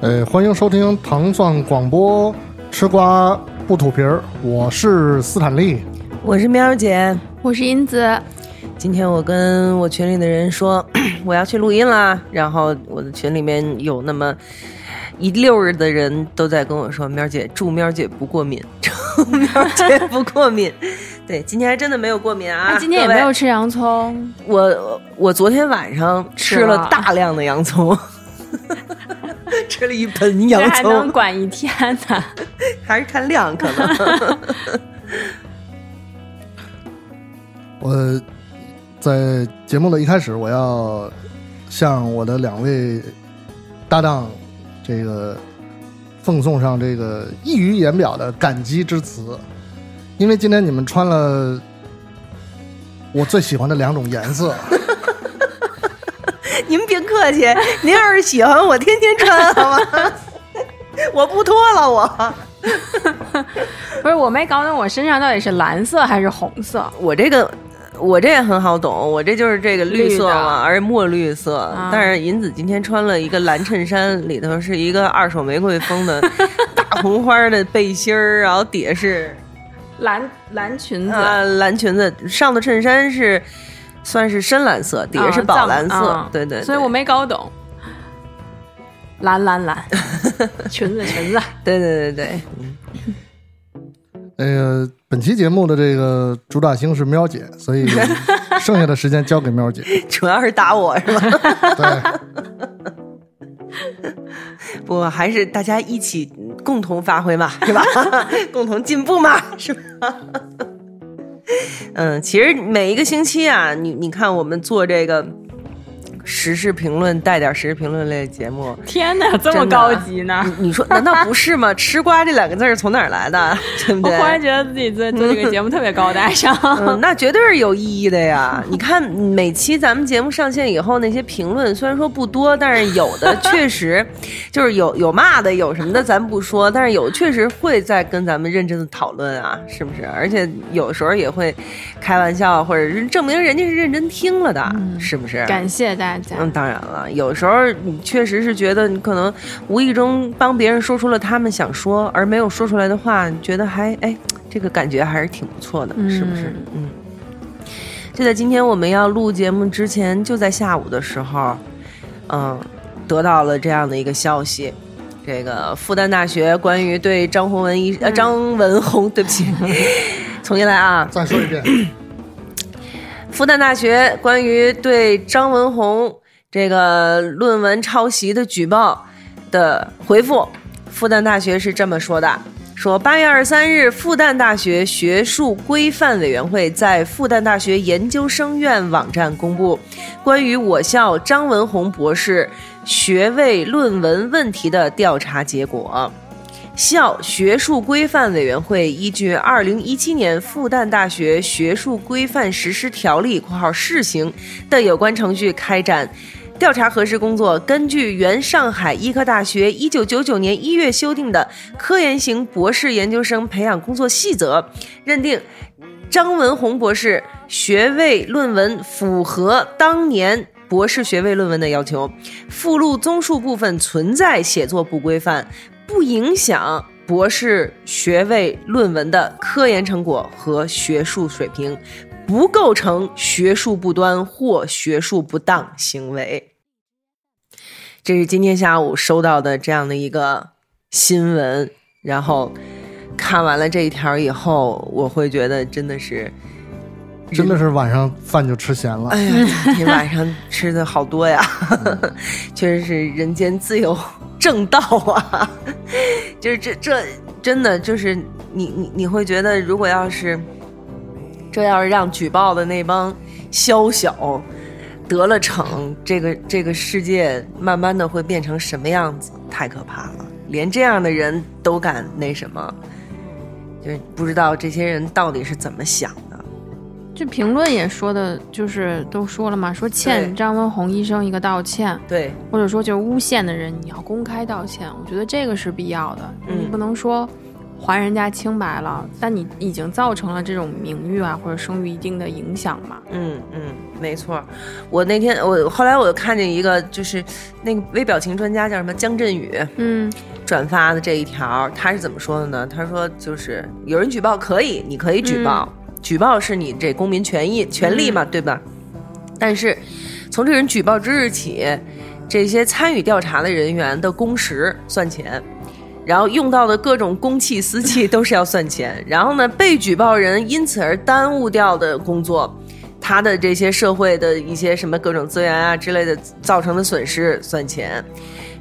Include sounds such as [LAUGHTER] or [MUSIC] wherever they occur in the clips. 呃，欢迎收听糖蒜广播，吃瓜不吐皮儿，我是斯坦利。我是喵姐，我是英子，今天我跟我群里的人说 [CLEARS THROAT] 我要去录音啦，然后我的群里面有那么一溜儿的人都在跟我说，喵姐祝喵姐不过敏， [LAUGHS] 祝喵姐不过敏。 [LAUGHS] 对，今天还真的没有过敏啊，啊今天也各位没有吃洋 [LAUGHS] 葱，我我昨天晚上吃是了吗大量的洋葱，吃了一盆这洋还能葱，管一天呢。还是看量可能。我在节目的一开始，我要向我的两位搭档这个奉送上这个溢于言表的感激之词，因为今天你们穿了我最喜欢的两种颜色。 [LAUGHS] 您别客气，您要是喜欢我，天天穿好吗？ [LAUGHS] 我不脱了我。 [LAUGHS] 不是，我没搞懂我身上到底是蓝色还是红色。我这个我这也很好懂，我这就是这个绿色绿的嘛，而且墨绿色。啊但是银子今天穿了一个蓝衬衫，里头是一个二手玫瑰风 [LAUGHS] 的大红花的背心儿，然后底下是蓝蓝裙子，啊蓝裙子，上的衬衫是算是深蓝色，底下啊是宝藏蓝色。啊对对对，所以我没搞懂。蓝 [LAUGHS] 蓝蓝，裙子裙子，对对对对，那个呃本期节目的这个主打星是喵姐，所以剩下的时间交给喵姐。主要是打我 [LAUGHS] 是吧？对，不，还是大家一起共同发挥嘛，是吧？ [LAUGHS] 共同进步嘛，是吧？ [LAUGHS] 嗯，其实每一个星期啊，你你看我们做这个时事评论，带点时事评论类的节目，天哪，这么真的高级呢！你说难道不是吗？吃瓜这两个字儿从哪儿来的？ [LAUGHS] 对不 [LAUGHS] 我对？忽然觉得自己做做这个节目特别高大 [LAUGHS] 上。嗯，那绝对是有意义的呀！你看每期咱们节目上线以后，那些评论 [LAUGHS] 虽然说不多，但是有的确实就是有有骂的，有什么的咱不说， [LAUGHS] 但是有确实会在跟咱们认真的讨论啊，是不是？而且有时候也会开玩笑，或者是证明人家是认真听了的，是不是？感谢大家，嗯，当然了，有时候你确实是觉得你可能无意中帮别人说出了他们想说而没有说出来的话，你觉得还哎，这个感觉还是挺不错的，是不是？嗯。就在今天我们要录节目之前，就在下午的时候，嗯，得到了这样的一个消息。这个复旦大学关于对张宏文医呃张文宏，对不起， [LAUGHS] 重新来啊，再说 [COUGHS] 一遍，复旦大学关于对张文宏这个论文抄袭的举报的回复，复旦大学是这么说的。说八月二十三日，复旦大学学术规范委员会在复旦大学研究生院网站公布关于我校张文宏博士学位论文问题的调查结果。校学术规范委员会依据《二零一七年复旦大学学术规范实施条例（括号试行）》的有关程序开展。调查核实工作，根据原上海医科大学一九九九年一月修订的《科研型博士研究生培养工作细则》，认定张文宏博士学位论文符合当年博士学位论文的要求，附录综述部分存在写作不规范，不影响博士学位论文的科研成果和学术水平，不构成学术不端或学术不当行为。这是今天下午收到的这样的一个新闻，然后看完了这一条以后，我会觉得真的是，真的是晚上饭就吃咸了。哎呀，今天晚上吃的好多呀，确实是人间自有正道啊！ [LAUGHS] 就是这这真的就是你你你会觉得，如果要是这要是让举报的那帮宵小得了逞，这个这个世界慢慢的会变成什么样子？太可怕了！连这样的人都敢那什么，就是不知道这些人到底是怎么想的。这评论也说的，就是都说了嘛，说对欠张文宏医生一个道歉，对，或者说就是诬陷的人，你要公开道歉。我觉得这个是必要的，嗯你不能说还人家清白了，但你已经造成了这种名誉啊或者声誉一定的影响嘛。嗯嗯，没错。我那天我后来我又看见一个，就是那个微表情专家叫什么江振宇，嗯，转发的这一条，他是怎么说的呢？他说就是有人举报可以，你可以举报，举报是你这公民权益权利嘛，对吧？但是从这人举报之日起，这些参与调查的人员的工时算钱。然后用到的各种公器私器都是要算钱。然后呢，被举报人因此而耽误掉的工作，他的这些社会的一些什么各种资源啊之类的造成的损失算钱。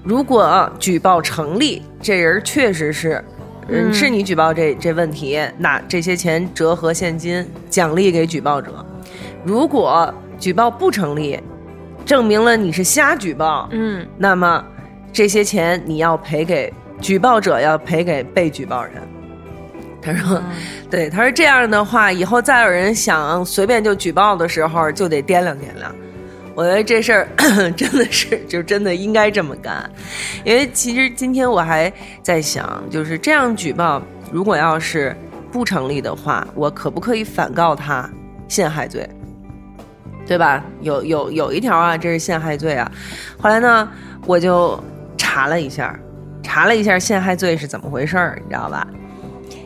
如果、啊举报成立，这人确实是，嗯，嗯是你举报这这问题，那这些钱折合现金奖励给举报者。如果举报不成立，证明了你是瞎举报，嗯那么这些钱你要赔给举报者，要赔给被举报人。他说：“ [LAUGHS] 对，他说这样的话，以后再有人想随便就举报的时候，就得掂量掂量。”我觉得这事儿 [COUGHS] 真的是，就真的应该这么干，因为其实今天我还在想，就是这样举报，如果要是不成立的话，我可不可以反告他陷害罪？对吧？有有有一条啊，这是陷害罪啊。后来呢，我就查了一下，查了一下陷害罪是怎么回事儿，你知道吧？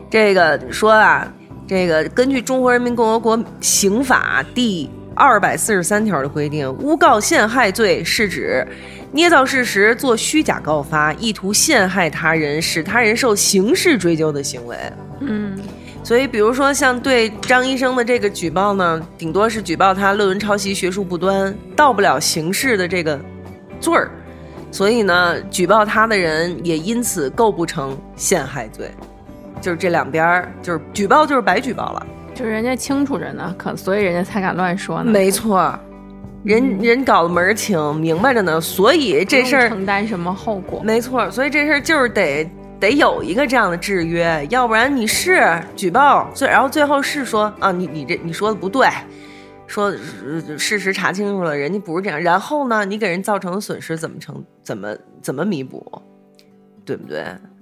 这个说啊，这个根据《中华人民共和国刑法》第二百四十三条的规定，诬告陷害罪是指捏造事实、做虚假告发，意图陷害他人，使他人受刑事追究的行为。嗯所以，比如说像对张医生的这个举报呢，顶多是举报他论文抄袭、学术不端，到不了刑事的这个罪儿。所以呢，举报他的人也因此构不成陷害罪，就是这两边儿，就是举报就是白举报了。就是人家清楚着呢，可所以人家才敢乱说呢。没错，人人搞得门儿清，明白着呢。所以这事不用儿承担什么后果？没错，所以这事儿就是得得有一个这样的制约，要不然你是举报，最然后最后是说啊，你你这你说的不对，说、呃事实查清楚了，人家不是这样，然后呢，你给人造成的损失怎么成怎么怎么弥补，对不对？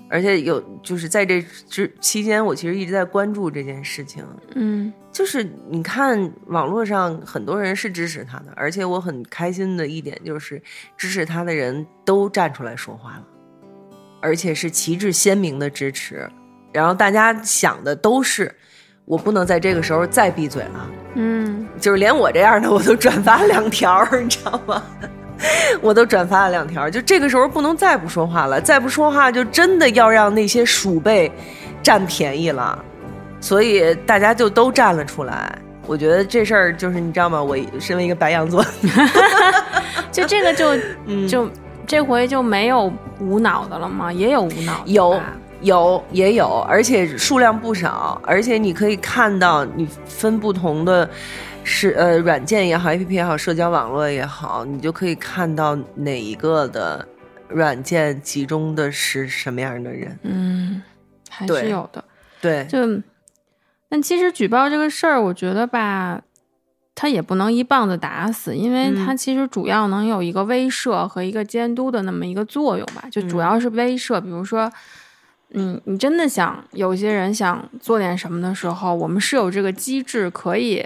而且有就是在这之期间，我其实一直在关注这件事情，嗯就是你看网络上很多人是支持他的，而且我很开心的一点就是支持他的人都站出来说话了，而且是旗帜鲜明的支持。然后大家想的都是，我不能在这个时候再闭嘴了， [LAUGHS] 嗯，就是连我这样的我都转发两条，你知道吗？ [LAUGHS] 我都转发了两条，就这个时候不能再不说话了，再不说话就真的要让那些鼠辈占便宜了，所以大家就都站了出来。我觉得这事儿就是你知道吗？我身为一个白羊座，就这个嗯就就这回就没有无脑的了吗？也有无脑的吧，有有也有，而且数量不少，而且你可以看到你分不同的是呃软件也好，APP 也好，社交网络也好，你就可以看到哪一个的软件集中的是什么样的人。嗯，还是对有的。对，就，但其实举报这个事儿，我觉得吧，他也不能一棒子打死，因为嗯他其实主要能有一个威慑和一个监督的那么一个作用吧，就主嗯要是威慑。比如说，嗯，你真的想有些人想做点什么的时候，我们是有这个机制可以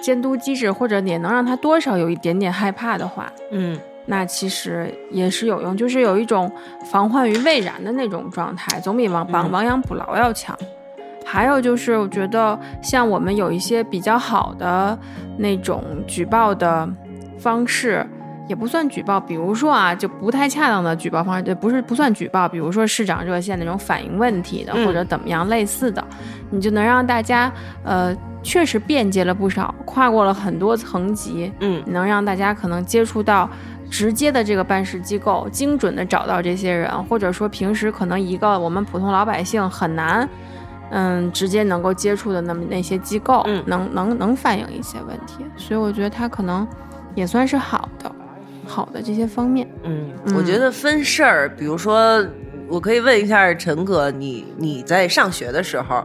监督机制，或者也能让他多少有一点点害怕的话，嗯那其实也是有用，就是有一种防患于未然的那种状态，总比亡嗯亡亡羊补牢要强。还有就是，我觉得像我们有一些比较好的那种举报的方式，也不算举报，比如说啊，就不太恰当的举报方式，对，不是不算举报，比如说市长热线那种反映问题的，嗯或者怎么样类似的，你就能让大家呃确实便捷了不少，跨过了很多层级，嗯能让大家可能接触到直接的这个办事机构，精准的找到这些人，或者说平时可能一个我们普通老百姓很难，嗯，直接能够接触的那么那些机构，嗯能能能反映一些问题，所以我觉得它可能也算是好的，好的这些方面，嗯，嗯我觉得分事儿，比如说，我可以问一下陈哥，你你在上学的时候，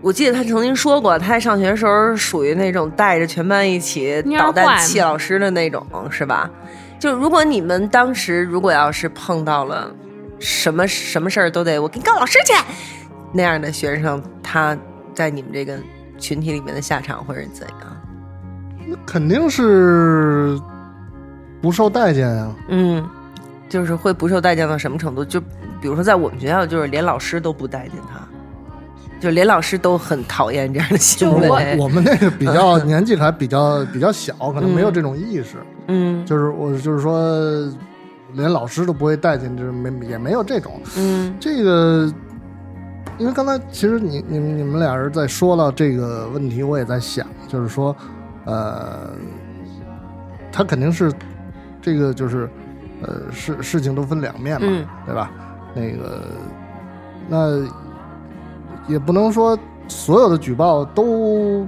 我记得他曾经说过，他在上学的时候属于那种带着全班一起蔫儿捣蛋坏气老师的那种，是吧？就如果你们当时如果要是碰到了什么什么事儿都得我给你告老师去那样的学生，他在你们这个群体里面的下场会是怎样？那肯定是不受待见呀、嗯，就是会不受待见到什么程度？就比如说在我们学校，就是连老师都不待见他，就连老师都很讨厌这样的行就为。我们那个比 [LAUGHS] 较年纪还比较比较小，可能没有这种意识。嗯就是我就是说，连老师都不会待见，就是没也没有这种嗯这个。因为刚才其实你你们你们俩人在说到这个问题，我也在想，就是说，呃，他肯定是这个就是，呃，事事情都分两面嘛，嗯对吧？那个，那也不能说所有的举报都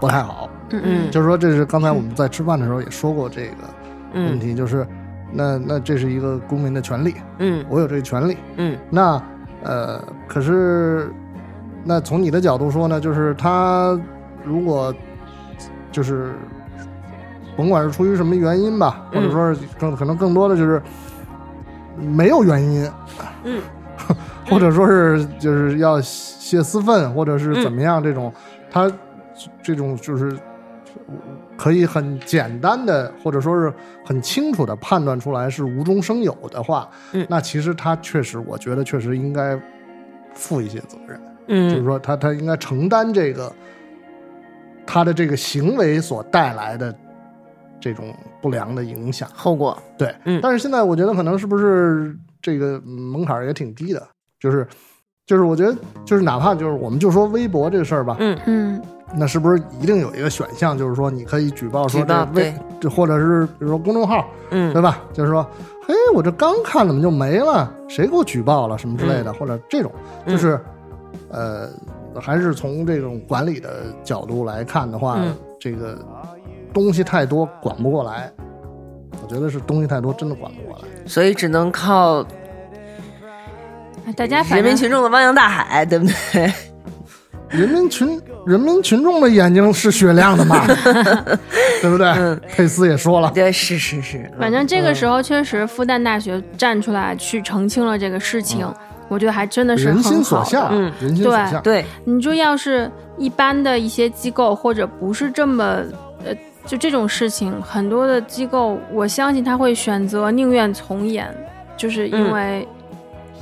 不太好，嗯嗯就是说这是刚才我们在吃饭的时候也说过这个问嗯题，就是那那这是一个公民的权利，嗯我有这个权利。嗯那呃，可是那从你的角度说呢，就是他如果就是甭管是出于什么原因吧，或嗯者说是更可能更多的就是没有原因，嗯， [LAUGHS] 或者说是就是要泄私愤，或者嗯是怎么样这种，他这种就是可以很简单的或者说是很清楚的判断出来是无中生有的话，嗯那其实他确实，我觉得确实应该负一些责任，就是嗯说他他应该承担这个他的这个行为所带来的这种不良的影响。后果。对，嗯但是现在我觉得可能是不是这个嗯门槛儿也挺低的，就是就是我觉得就是哪怕就是我们就说微博这个事儿吧，嗯嗯那是不是一定有一个选项，就是说你可以举报说举报这微，这或者是比如说公众号，对嗯吧？就是说，嘿，我这刚看怎么就没了？谁给我举报了什么之嗯类的，或者这种，就是、呃，还是从这种管理的角度来看的话，嗯这个东西太多，管不过来。我觉得是东西太多，真的管不过来。所以只能靠嗯大家反人民正群众的汪洋大海，对 [LAUGHS] 不对？人民群人民群众的眼睛是雪亮的嘛， [LAUGHS] 对不对？嗯佩斯也说了，对，是是是，反正这个时候确实复旦大学站出来去澄清了这个事情，我觉得还真的是人很心所好的。向，嗯人心所向。对，你说要是一般的一些机构或者不是这么呃，就这种事情，很多的机构，我相信他会选择宁愿从严，就是因嗯为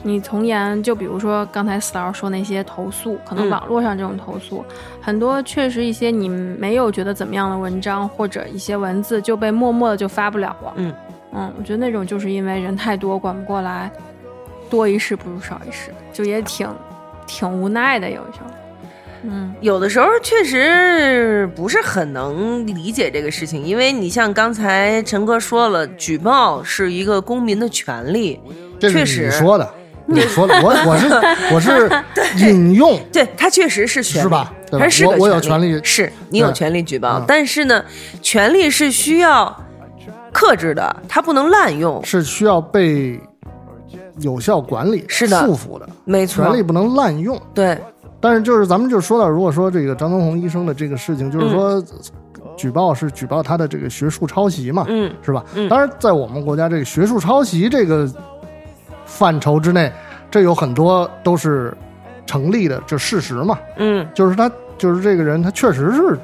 你从严，就比如说刚才四老师说那些投诉，可嗯能网络上这种投诉，很多确实一些你没有觉得怎么样的文章或者一些文字就被默默的就发不了了。嗯嗯，我觉得那种就是因为人太多，管不过来，多一事不如少一事，就也挺挺无奈的，有时候。嗯有的时候确实不是很能理解这个事情，因为你像刚才陈哥说了，举报是一个公民的权利，这确是你实说 [LAUGHS] 的，你说的，我我是我是引用，对他确实是权利是吧对吧他是个我我有权权利是你有对权利举报嗯，但是呢，权利是需要克制的，他不能滥用，是需要被有效管理是的束缚的，没权错利，不啊能滥用。对，但是就是咱们就说到，如果说这个张东红医生的这个事情，就是说嗯举报是举报他的这个学术抄袭嘛，嗯是吧？嗯当然，在我们国家这个学术抄袭这个范畴之内，这有很多都是成立的，就事实嘛。嗯就是他就是这个人，他确实是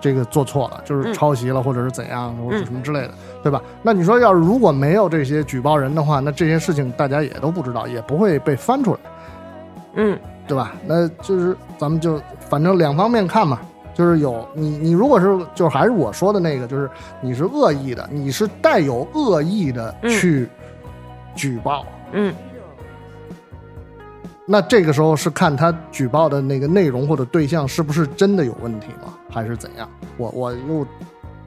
这个做错了，就是嗯抄袭了，或者是怎样，或者什么之类的，对吧？那你说，要是如果没有这些举报人的话，那这些事情大家也都不知道，也不会被翻出来，嗯对吧？那就是咱们就反正两方面看嘛。就是有你，你如果是就是还是我说的那个，就是你是恶意的，你是带有恶意的嗯去举报，嗯那这个时候是看他举报的那个内容或者对象是不是真的有问题吗？还是怎样？我我又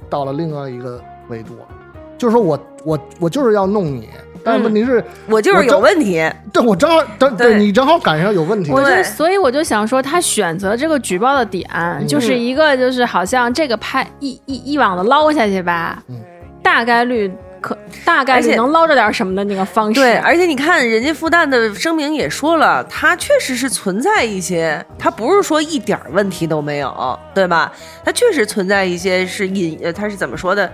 到了另外一个维度了，就是说我我我就是要弄你，但是问题是，我就我是有正问题，对我正好对对你正好赶上有问题，我对就所以我就想说，他选择这个举报的点，嗯就是一个就是好像这个拍一一一网的捞下去吧，嗯大概率可大概而率且能捞着点什么的那个方式。 [LAUGHS] 对，而且你看，人家复旦的声明也说了，它确实是存在一些，它不是说一点儿问题都没有，对吧？它确实存在一些是引，呃，它是怎么说的？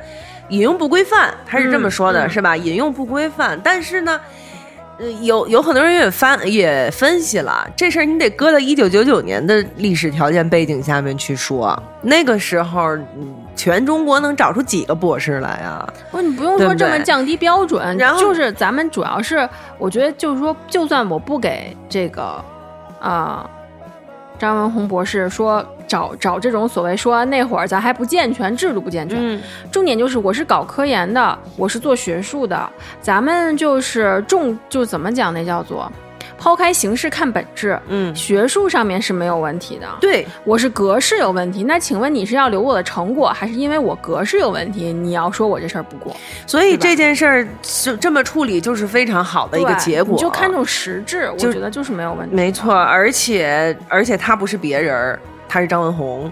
引用不规范，它是这么说的，嗯嗯是吧？引用不规范，但是呢，呃有有很多人也翻也分析了这事儿，你得搁到一九九九年的历史条件背景下面去说。那个时候，嗯全中国能找出几个博士来啊？不是，你不用对说不这么对降低标准，然后就是咱们主要是，我觉得就是说，就算我不给这个啊、张文宏博士说找找这种所谓说那会儿咱还不健全，制度不健全，嗯，重点就是我是搞科研的，我是做学术的，咱们就是重就怎么讲那叫做抛开形式看本质，嗯，学术上面是没有问题的，对，我是格式有问题，那请问你是要留我的成果，还是因为我格式有问题，你要说我这事儿不过所以对吧这件事儿就这么处理，就是非常好呃的一个对结果。你就看重实质，我就觉得就是没有问题。没错，而且而且他不是别人儿，他是张文宏，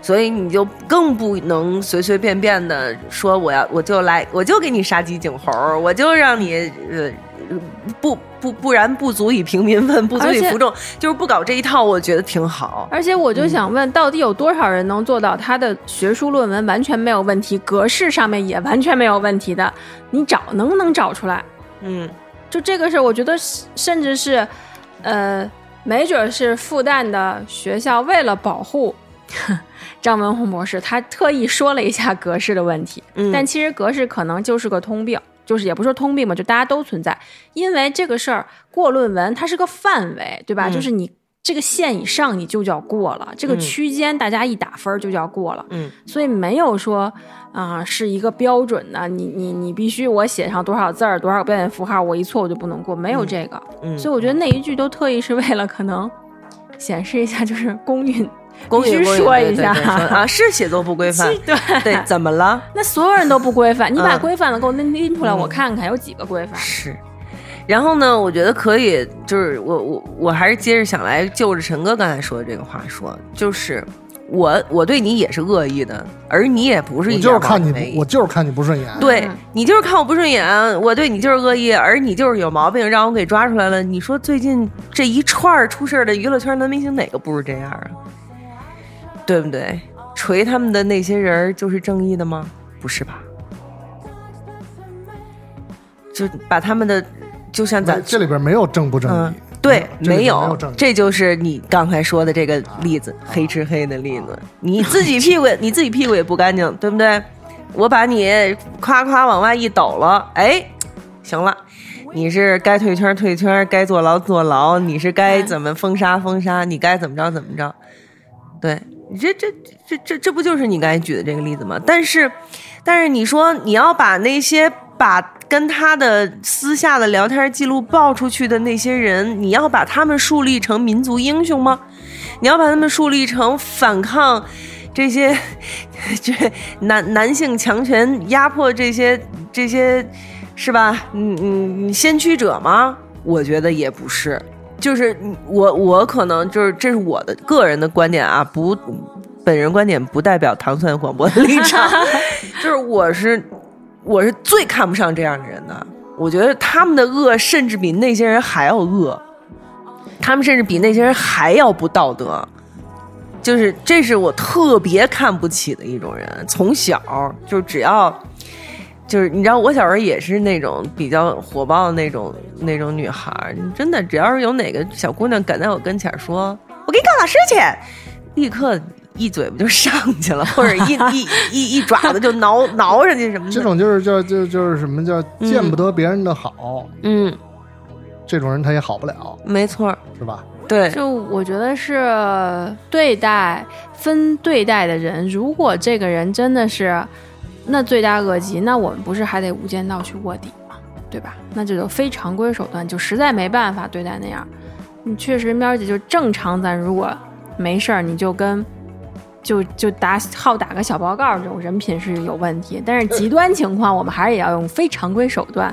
所以你就更不能随随便便的说我要我就来我就给你杀鸡儆猴儿，我就让你呃不不不然不足以平民愤，不足以而且服众，就是不搞这一套，我觉得挺好。而且我就想问，到底有多少人能做到他的学术论文完全没有问题，格式上面也完全没有问题的？你找能不能找出来？嗯，就这个事儿，我觉得是甚至是，呃，没准儿是复旦的学校为了保护 [LAUGHS] 张文宏博士，他特意说了一下格式的问题，嗯但其实格式可能就是个通病。就是也不是说通病吧，就大家都存在，因为这个事儿过论文它是个范围，对吧？嗯就是你这个线以上你就叫过了，这个嗯区间大家一打分儿就叫过了，嗯，所以没有说啊、是一个标准的，你你你必须我写上多少字儿，多少个标点符号，我一错我就不能过，没有这个。嗯所以我觉得那一句都特意是为了可能显示一下，就是公允。公必允须公允说对一对下啊对说啊，是写作不规 [LAUGHS]，范对，对，怎么了？那所有人都不规范，你嗯把规范的给我拎拎出来，嗯我看看有几个规范。是。然后呢，我觉得可以，就是我我我还是接着想来就着陈哥刚才说的这个话说，就是我我对你也是恶意的，而你也不是我一就是点看你毛病没不，我就是看你不顺眼。对嗯你就是看我不顺眼，我对你就是恶意，而你就是有毛病，让我给抓出来了。你说最近这一串儿出事儿的娱乐圈男明星哪个不是这样啊？对不对？锤他们的那些人儿就是正义的吗？不是吧？就把他们的，就像咱没这里边没有正不正义嗯，，对，这里没没有有正义，这就是你刚才说的这个例子，黑吃黑的例子。你自己 [LAUGHS] 屁股，你自己屁股也不干净，对不对？我把你夸夸往外一抖了，哎，行了，你是该退圈退圈，该坐牢坐牢，你是该怎么封杀封杀，你该怎么着怎么着，对。你这这这这这不就是你刚才举的这个例子吗？但是，但是你说你要把那些把跟他的私下的聊天记录爆出去的那些人，你要把他们树立成民族英雄吗？你要把他们树立成反抗这些 [LAUGHS] 这男男性强权压迫这些这些是吧？嗯嗯，先驱者吗？我觉得也不是。就是你我我可能就是这是我的个人的观点啊，不，本人观点不代表糖蒜广播的立场。就是我是我是最看不上这样的人的，我觉得他们的恶甚至比那些人还要恶，他们甚至比那些人还要不道德。就是这是我特别看不起的一种人，从小就只要。就是你知道，我小时候也是那种比较火爆的那种那种女孩儿，真的，只要是有哪个小姑娘敢在我跟前儿说“我给你告老师去”，立刻一嘴巴就上去了，或者一 [LAUGHS] 一一一爪子就挠挠上去什么的。这种就是叫就就是什么叫嗯见不得别人的好，嗯，这种人他也好不了，没错儿，是吧？对，就我觉得是对待分对待的人，如果这个人真的是那罪大恶极，那我们不是还得无间道去卧底吗？对吧？那就有非常规手段，就实在没办法对待那样。你确实，喵儿姐就正常，咱如果没事儿，你就跟就就打好打个小报告，这种人品是有问题。但是极端情况，我们还是也要用非常规手段。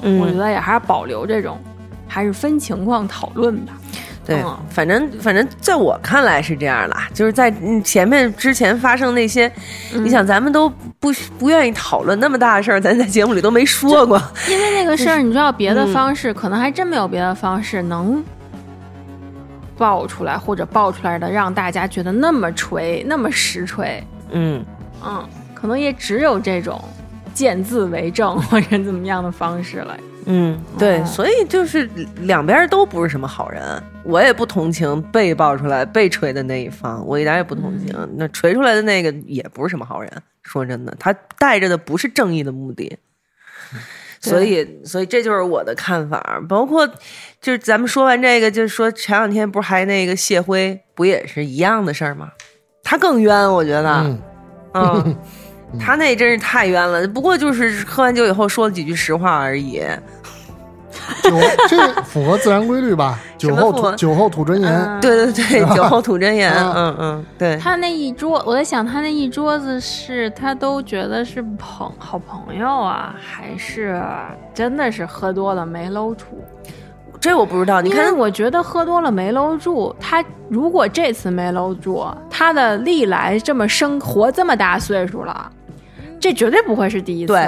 我觉嗯，得也还是保留这种，还是分情况讨论吧。对嗯，反正反正在我看来是这样啦，就是在嗯前面之前发生那些，你嗯想咱们都不不愿意讨论那么大的事儿，咱在节目里都没说过，因为那个事儿，你知道别嗯的方式，可能还真没有别的方式能爆出来，或者爆出来的让大家觉得那么锤，那么实锤。嗯。嗯，可能也只有这种见字为证或者怎么样的方式了。嗯，对，哦所以就是两边都不是什么好人，我也不同情被爆出来、被锤的那一方，我一点也不同情。那锤出来的那个也不是什么好人，说真的，他带着的不是正义的目的，所以，所以这就是我的看法。包括就是咱们说完这个，就是说前两天不是还那个谢辉不也是一样的事儿吗？他更冤，我觉得，嗯， [LAUGHS] 嗯，他那真是太冤了。不过就是喝完酒以后说了几句实话而已。酒 [LAUGHS] 这符合自然规律吧？酒后符合吐酒后吐真言，嗯对对对，酒后吐真言，啊嗯嗯，对，他那一桌，我在想，他那一桌子是他都觉得是朋好朋友啊，还是真的是喝多了没搂住？这我不知道。你因为看，我觉得喝多了没搂住，他如果这次没搂住，他的历来这么生活这么大岁数了，这绝对不会是第一次。对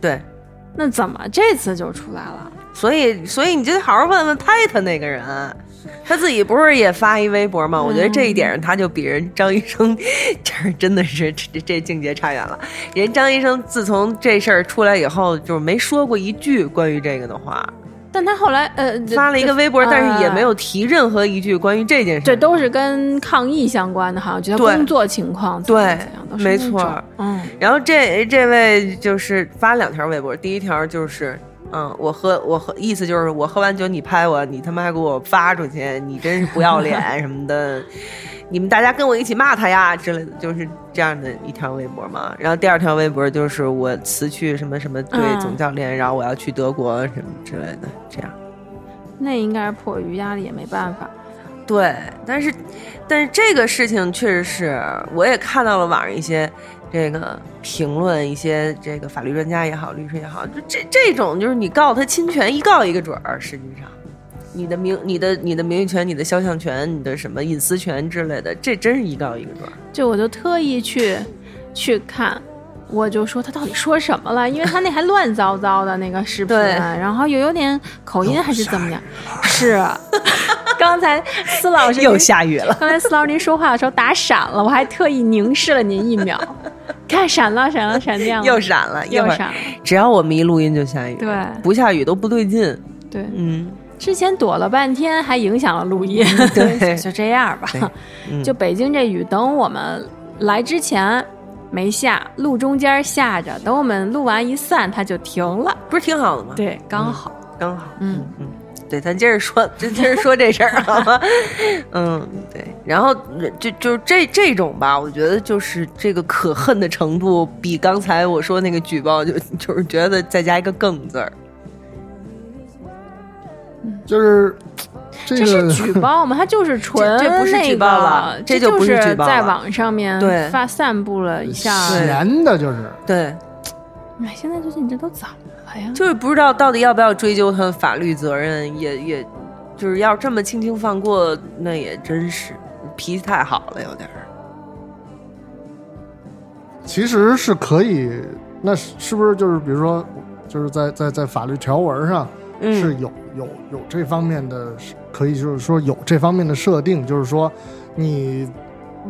对，那怎么这次就出来了？所以所以你就得好好问问拍他那个人，他自己不是也发一微博吗？我觉得这一嗯点上他就比人张医生，这儿真的是这这境界差远了。人张医生自从这事儿出来以后，就是没说过一句关于这个的话，但他后来呃发了一个微博，呃但是也没有提任何一句关于这件事。这都是跟抗议相关的，好像就他对工作情况怎对么怎么样，都是没那错种，嗯，然后这这位就是发两条微博，第一条就是，嗯，我喝我喝，意思就是我喝完酒你拍我，你他妈还给我发出去，你真是不要脸什么的，你们大家跟我一起骂他呀之类的，就是这样的一条微博嘛。然后第二条微博就是我辞去什么什么队嗯总教练，然后我要去德国什么之类的，这样。那应该是迫于压力也没办法。对，但是，但是这个事情确实是，我也看到了网上一些这个评论，一些这个法律专家也好，律师也好，就这这种就是你告他侵权，一告一个准儿。实际上，你的名、你的、你的名誉权、你的肖像权、你的什么隐私权之类的，这真是一告一个准儿。就我就特意去去看，我就说他到底说什么了，因为他那还乱糟糟的那个视频，啊对然后又有点口音还是怎么样？是，刚才司老师您又下雨了，刚才司老师您说话的时候打闪了，我还特意凝视了您一秒，看闪了闪了闪电了，又闪了，一又会儿闪了，只要我们一录音就下雨，对不下雨都不对劲。对，嗯，之前躲了半天还影响了录音， [LAUGHS] 对就这样吧对。嗯就北京这雨，等我们来之前没下，路中间下着，等我们录完一散，它就停了。不是挺好的吗？，对，刚好。刚好。嗯，嗯，对，咱接着说，咱接着说这事儿好吗？嗯，对。然后就就这这种吧，我觉得就是这个可恨的程度，比刚才我说那个举报就就是觉得再加一个更字儿，就是这这是个举报吗？它就是纯这这不是那举个报了这这就不是是举报了在网上面对发散布了一下。对闲的，就是对，哎，现在最近这都怎么了呀？就是不知道到底要不要追究他的法律责任，也也就是要这么轻轻放过，那也真是脾气太好了，有点儿。其实是可以，那是是不是就是比如说，就是在在在法律条文上是嗯，有、有有这方面的，是可以就是说有这方面的设定，就是说你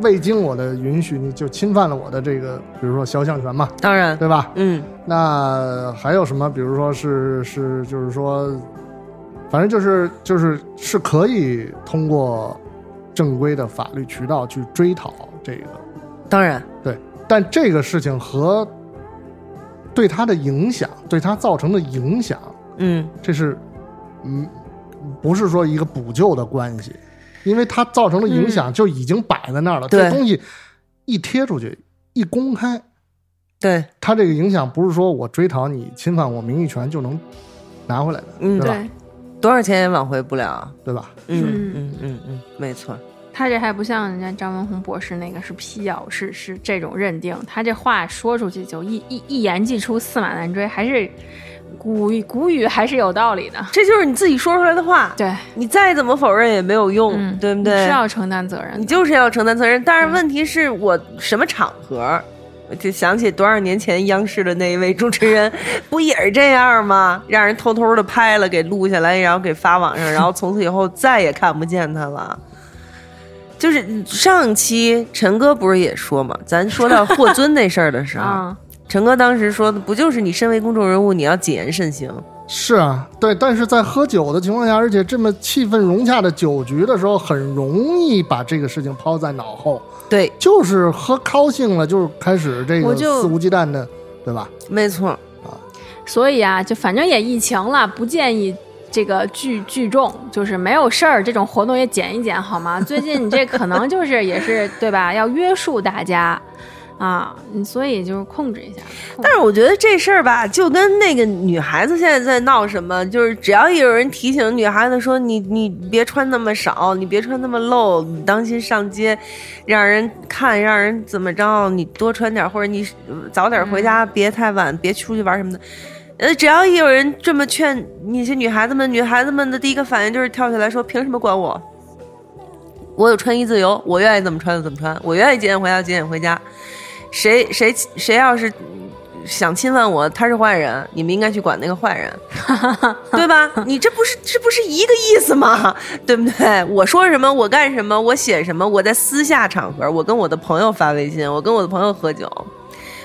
未经我的允许，你就侵犯了我的这个，比如说肖像权嘛，当然，对吧？嗯，那还有什么？比如说是是就是说，反正就是就是是可以通过正规的法律渠道去追讨这个。当然，但这个事情和对他的影响，对他造成的影响，嗯，这是嗯，不是说一个补救的关系，因为他造成的影响就已经摆在那儿了。对这东西一贴出去，一公开，对，他这个影响不是说我追讨你侵犯我名誉权就能拿回来的，嗯对吧？对，多少钱也挽回不了。对吧？嗯嗯嗯嗯嗯，没错。他这还不像人家张文宏博士那个是辟谣，是是这种认定。他这话说出去就一一一言既出，驷马难追，还是古语古语还是有道理的。这就是你自己说出来的话，对，你再怎么否认也没有用，嗯，对不你对是？要承担责任你的。就是要承担责任，但是问题是我什么场合？我就想起多少年前央视的那一位主持人， [LAUGHS] 不也是这样吗？让人偷偷的拍了，给录下来，然后给发网上，然后从此以后再也看不见他了。就是上期陈哥不是也说嘛，咱说到霍尊那事儿的时候， [LAUGHS] 啊，陈哥当时说的，不就是你身为公众人物，你要谨言慎行？是啊，对，但是在喝酒的情况下，而且这么气氛融洽的酒局的时候，很容易把这个事情抛在脑后，对，就是喝高兴了，就是开始这我个就肆无忌惮的，对吧？没错，所以啊，就反正也疫情了，不建议这个聚聚众，就是没有事儿这种活动也减一减好吗？最近你这可能就是也是对吧？要约束大家啊，嗯所以就是控制一下。但是我觉得这事儿吧，就跟那个女孩子现在在闹什么，就是只要有人提醒女孩子说你你别穿那么少，你别穿那么露，你当心上街让人看，让人怎么着，你多穿点或者你呃早点回家，别太晚，别出去玩什么的。呃，只要一有人这么劝那些女孩子们，女孩子们的第一个反应就是跳起来说：“凭什么管我？我有穿衣自由，我愿意怎么穿就怎么穿，我愿意几点回家就几点回家。谁谁谁要是想侵犯我，他是坏人，你们应该去管那个坏 [LAUGHS] 人，对吧？你这不是这不是一个意思吗？ [LAUGHS] 对不对？我说什么，我干什么，我写什么，我在私下场合，我跟我的朋友发微信，我跟我的朋友喝酒，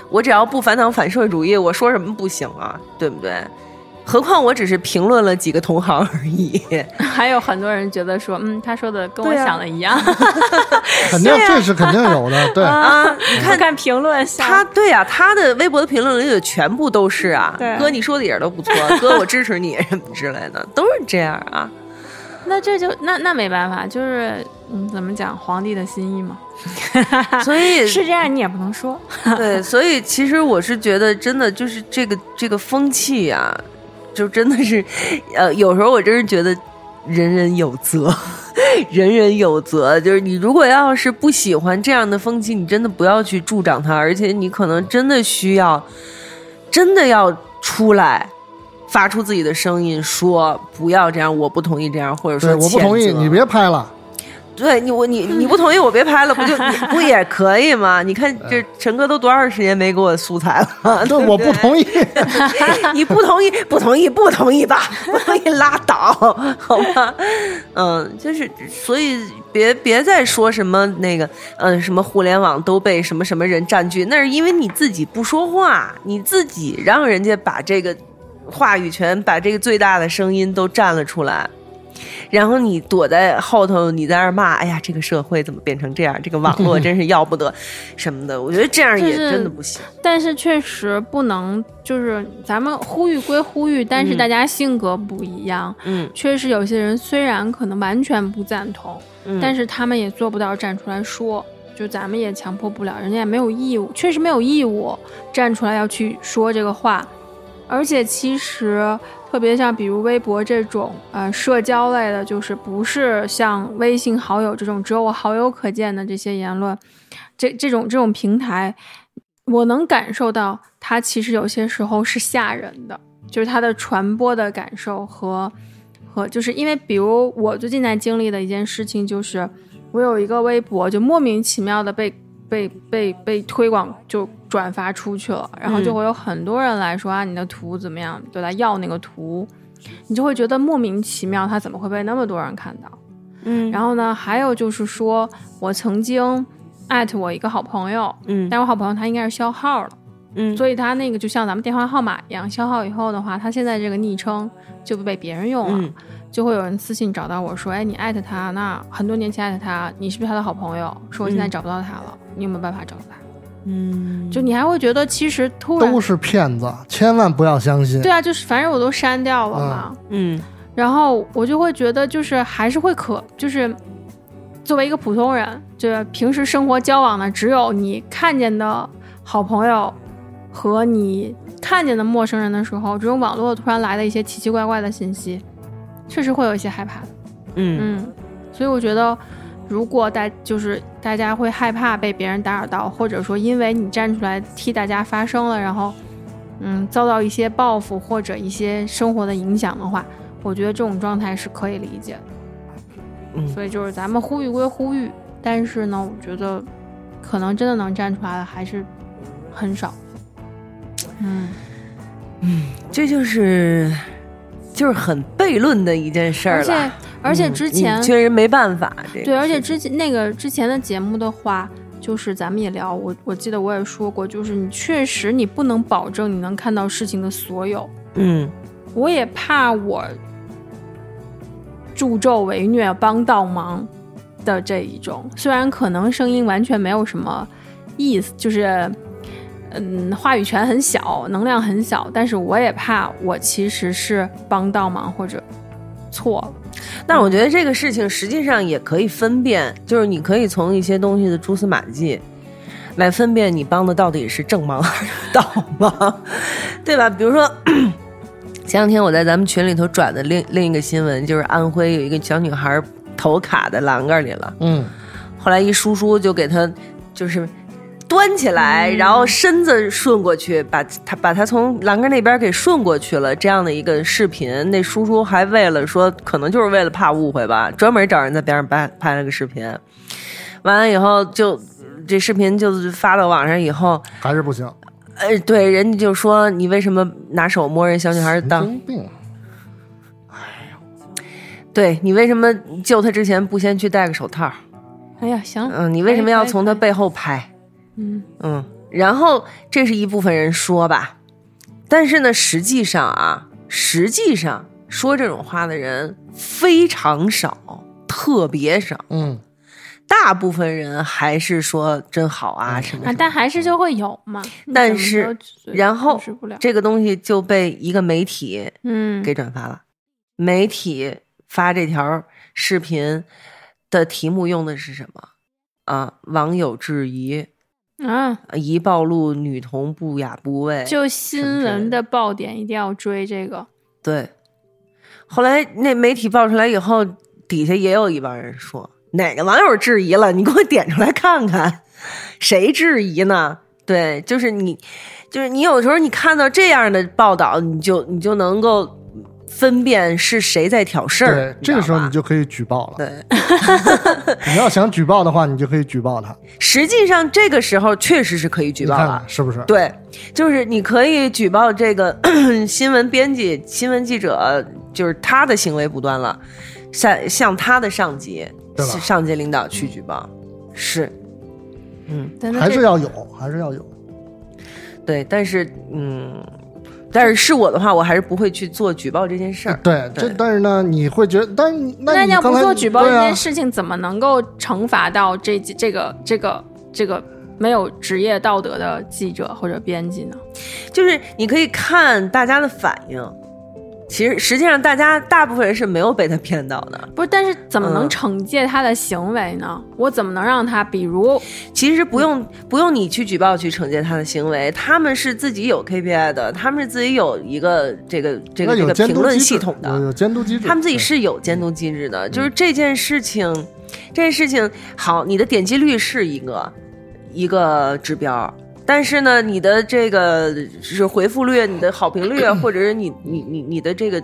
我只要不反党反社会主义，我说什么不行啊？对不对？何况我只是评论了几个同行而已。 [LAUGHS] 还有很多人觉得说，嗯，他说的跟我对啊想的一样，肯定这是肯定有的，对。啊你看看评论下，他对呀、他的微博的评论里有全部都是啊对，哥你说的一点都不错，哥我支持你什么之类的，都是这样啊。 [LAUGHS] 那这就那那没办法，就是嗯，怎么讲皇帝的心意嘛，所以是这样你也不能说，对，所以其实我是觉得，真的就是这个这个风气啊，就真的是，呃，有时候我真是觉得人人有责， [LAUGHS] 人人有责。就是你如果要是不喜欢这样的风气，你真的不要去助长它，而且你可能真的需要，真的要出来。发出自己的声音，说不要这样，我不同意这样，或者对，说我不谴同意，责你别拍了。对你，我你你不同意，我别拍了，不就你不也可以吗？你看这陈哥都多长时间没给我素材了？对，我不同意。 [LAUGHS] 意，你不同意，不同意，不同意吧， [LAUGHS] 不同意拉倒， [LAUGHS] 好吗？嗯，就是所以别别再说什么那个，嗯、什么互联网都被什么什么人占据，那是因为你自己不说话，你自己让人家把这个话语权，把这个最大的声音都占了出来。然后你躲在后头，你在那儿骂，哎呀，这个社会怎么变成这样？这个网络真是要不得， [LAUGHS] 什么的。我觉得这样也就是真的不行。但是确实不能，就是咱们呼吁归呼吁，但是嗯大家性格不一样，嗯确实有些人虽然可能完全不赞同，嗯，但是他们也做不到站出来说，就咱们也强迫不了，人家也没有义务，确实没有义务站出来要去说这个话。而且其实，特别像比如微博这种呃社交类的，就是不是像微信好友这种只有我好友可见的这些言论，这这种这种平台，我能感受到它其实有些时候是吓人的，就是它的传播的感受和和就是因为，比如我最近在经历的一件事情就是，我有一个微博就莫名其妙的被被被被推广就转发出去了，然后就嗯会有很多人来说啊你的图怎么样，就来要那个图，你就会觉得莫名其妙，它怎么会被那么多人看到？嗯然后呢，还有就是说我曾经艾特我一个好朋友，嗯但我好朋友他应该是消号了，嗯所以他那个就像咱们电话号码一样，消号以后的话，他现在这个昵称就被别人用了，嗯就会有人私信找到我说，哎，你艾特他，那很多年前艾特他，你是不是他的好朋友？说我现在嗯找不到他了，你有没有办法找到他？嗯，就你还会觉得其实突然都是骗子，千万不要相信。对啊，就是反正我都删掉了嘛。嗯然后我就会觉得，就是还是会可，就是作为一个普通人，就是平时生活交往的只有你看见的好朋友和你看见的陌生人的时候，这种网络突然来的一些奇奇怪怪的信息，确实会有一些害怕的。嗯嗯，所以我觉得，如果大就是大家会害怕被别人打扰到，或者说因为你站出来替大家发声了，然后嗯遭到一些报复或者一些生活的影响的话，我觉得这种状态是可以理解的。嗯所以就是咱们呼吁归呼吁，但是呢，我觉得可能真的能站出来的还是很少。嗯，这就是就是很悖论的一件事而儿了嗯且。而且之嗯前、你确实没办法，这个对，而且是之前那个之前的节目的话，就是咱们也聊，我我记得我也说过，就是你确实你不能保证你能看到事情的所有，嗯，我也怕我助纣为虐、帮倒忙的这一种，虽然可能声音完全没有什么意思，就是嗯，话语权很小，能量很小，但是我也怕我其实是帮倒忙或者错了。但我觉得这个事情实际上也可以分辨，就是你可以从一些东西的蛛丝马迹来分辨你帮的到底是正忙还是倒忙，对吧？ [LAUGHS] 比如说， [COUGHS] 前两天我在咱们群里头转的另另一个新闻，就是安徽有一个小女孩头卡在栏杆里了，嗯，后来一叔叔就给她就是。端起来，嗯然后身子顺过去，把她把她从栏杆那边给顺过去了，这样的一个视频，那叔叔还为了说，可能就是为了怕误会吧，专门找人在边上拍拍了个视频，完了以后就这视频就是发到网上以后，还是不行，呃，对，人家就说你为什么拿手摸人小女孩神当经病。对你为什么救他之前不先去戴个手套？哎呀，行，嗯，你为什么要从他哎哎背后拍？嗯嗯，然后这是一部分人说吧，但是呢，实际上啊，实际上说这种话的人非常少，特别少，嗯，大部分人还是说真好啊什么啊，什么。但还是就会有嘛。你但怎么是都阻然后阻止不了，这个东西就被一个媒体嗯，给转发了。媒体发这条视频的题目用的是什么？啊，网友质疑啊，疑暴露女童不雅不畏，哎就什么新之类闻的的爆点一定要追这个，对。后来那媒体爆出来以后，底下也有一帮人说，哪个网友质疑了？你给我点出来看看，谁质疑呢？对，就是你，就是你，有时候你看到这样的报道，你就你就能够分辨是谁在挑事儿对。，这个时候知道吧你就可以举报了。[LAUGHS] 对。你要想举报的话，你就可以举报他，实际上这个时候确实是可 [LAUGHS] 以举举报了。是不是？对，就是你可以举报这个 [CLEARS THROAT] 新闻编辑、新闻记者，就是他的行为不端了，向向他的上级、对吧上级领导去举报。是，嗯，但还这是要有，还是要有。对，但是嗯，但是是我的话，我还是不会去做举报这件事儿。对，这对但是呢，你会觉得，但是那那你要刚不才做举报这对啊件事情，怎么能够惩罚到这几这个这个这个没有职业道德的记者或者编辑呢？就是你可以看大家的反应，其实实际上大家大部分人是没有被他骗到的。不是，但是怎么能嗯惩戒他的行为呢？我怎么能让他，比如其实不用、不用你去举报去惩戒他的行为，他们是自己有 KPI 的，他们是自己有一个这个这那个这有个监评督论机系制统有的，有监督机制，他们自己对嗯是有监督机制的。就是这件事情，这件事情好，你的点击率是一个一个指标。但是呢，你的这个是回复率、你的好评率，啊 [COUGHS] 或者是你你你你的这个，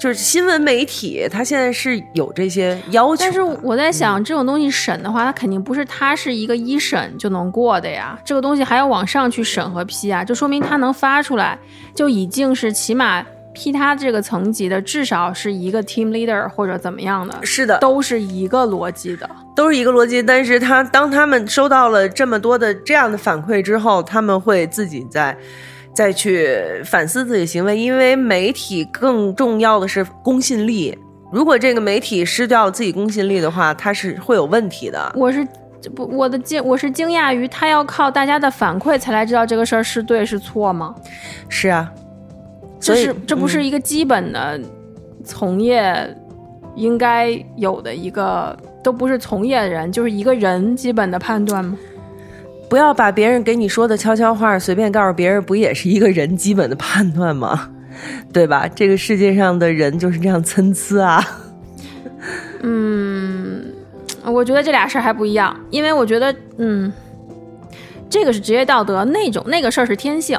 就是新闻媒体，它现在是有这些要求的。嗯但是我在想，这种东西审的话，它肯定不是它是一个一审就能过的呀。这个东西还要往上去审和批啊，就说明它能发出来，就已经是起码批它这个层级的，至少是一个 team leader 或者怎么样的，是的，都是一个逻辑的。都是一个逻辑，但是他当他们收到了这么多的这样的反馈之后，他们会自己再再去反思自己的行为，因为媒体更重要的是公信力。如果这个媒体失掉了自己公信力的话，它是会有问题的。我是不我的惊我是惊讶于他要靠大家的反馈才来知道这个事儿是对是错吗？是啊，这所以是这不是嗯一个基本的从业应该有的一个，都不是从业人，就是一个人基本的判断吗？不要把别人给你说的悄悄话随便告诉别人，不也是一个人基本的判断吗？ [LAUGHS] 对吧？这个世界上的人就是这样参差啊。嗯，我觉得这俩事儿还不一样，因为我觉得，嗯，这个是职业道德，那种那个事儿是天性，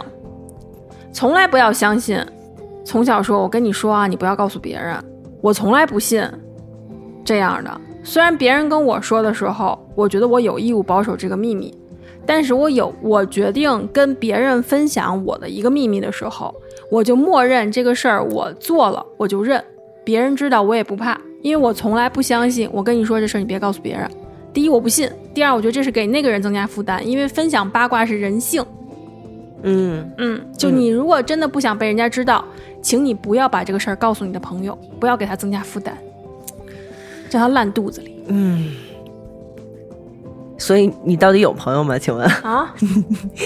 从来不要相信。从小说，我跟你说啊，你不要告诉别人，我从来不信这样的。虽然别人跟我说的时候，我觉得我有义务保守这个秘密，但是我有我决定跟别人分享我的一个秘密的时候，我就默认这个事儿我做了，我就认。别人知道我也不怕，因为我从来不相信。我跟你说这事儿，你别告诉别人，第一我不信，第二我觉得这是给那个人增加负担，因为分享八卦是人性。嗯嗯，就你如果真的不想被人家知道，请你不要把这个事儿告诉你的朋友，不要给他增加负担，叫他烂肚子里嗯。所以你到底有朋友吗？请问啊，你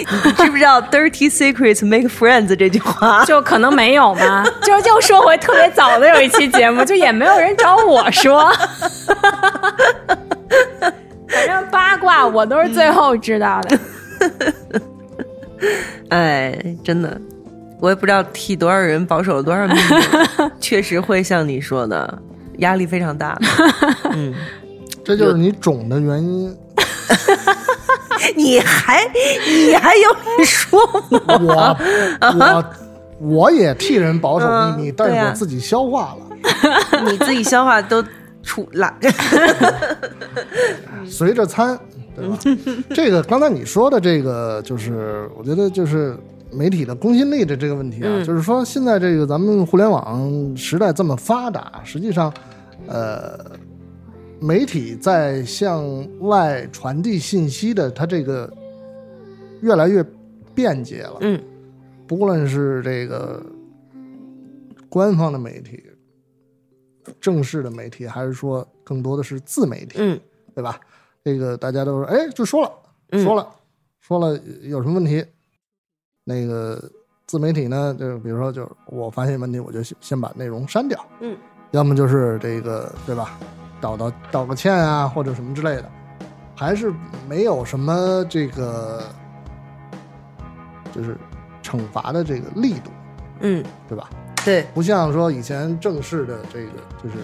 [LAUGHS] 知不知道 “dirty secrets make friends” 这句话？就可能没有吧。 [LAUGHS] 就就说回特别早的有一期节目，就也没有人找我 [LAUGHS] 说，反正八卦我都是最后知道的。 [LAUGHS] 哎，真的，我也不知道替多少人保守了多少秘密， [LAUGHS] 确实会像你说的，压力非常大。嗯，这就是你肿的原 [LAUGHS] 因。 [LAUGHS] 你还你还有脸说我？我我我也替人保守秘密，嗯但对是啊我自己消化了。 [LAUGHS] 你自己消化都出 [LAUGHS] 来，嗯随着餐，对 [LAUGHS] 吧？这个刚才你说的这个，就是我觉得就是媒体的公信力的这个问题啊，嗯就是说现在这个咱们互联网时代这么发达，实际上，呃，媒体在向外传递信息的，它这个越来越便捷了。嗯，不论是这个官方的媒体。正式的媒体，还是说更多的是自媒体？嗯对吧？这个大家都说，哎，就说了，嗯说了，说了，有什么问题？那个自媒体呢，就比如说，就是我发现问题，我就先先把内容删掉，嗯，要么就是这个，对吧？道道道个歉啊，或者什么之类的，还是没有什么这个，就是惩罚的这个力度，嗯，对吧？对，不像说以前正式的这个，就是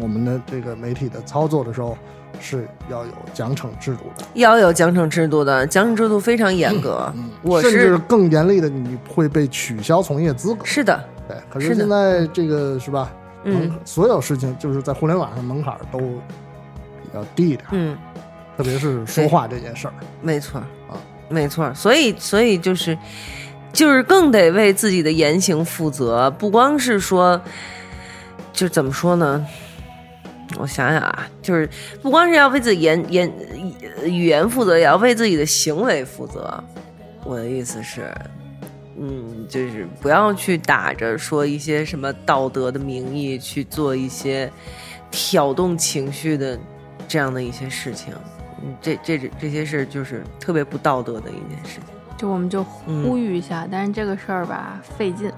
我们的这个媒体的操作的时候，是要有奖惩制度的，要有奖惩制度的，奖惩制度非常严格。嗯我甚至是更严厉的，你会被取消从业资格。是的，对，可是是的现在这个是吧？嗯门槛，所有事情就是在互联网上门槛都比较低一点，嗯，特别是说话这件事儿。没错啊，没错。所以，所以就是就是更得为自己的言行负责，不光是说，就怎么说呢？我想想啊，就是不光是要为自己言言语言负责，也要为自己的行为负责。我的意思是，嗯，就是不要去打着说一些什么道德的名义去做一些挑动情绪的这样的一些事情。嗯，这这这些事儿就是特别不道德的一件事情。就我们就呼吁一下，但是这个事儿吧，费劲，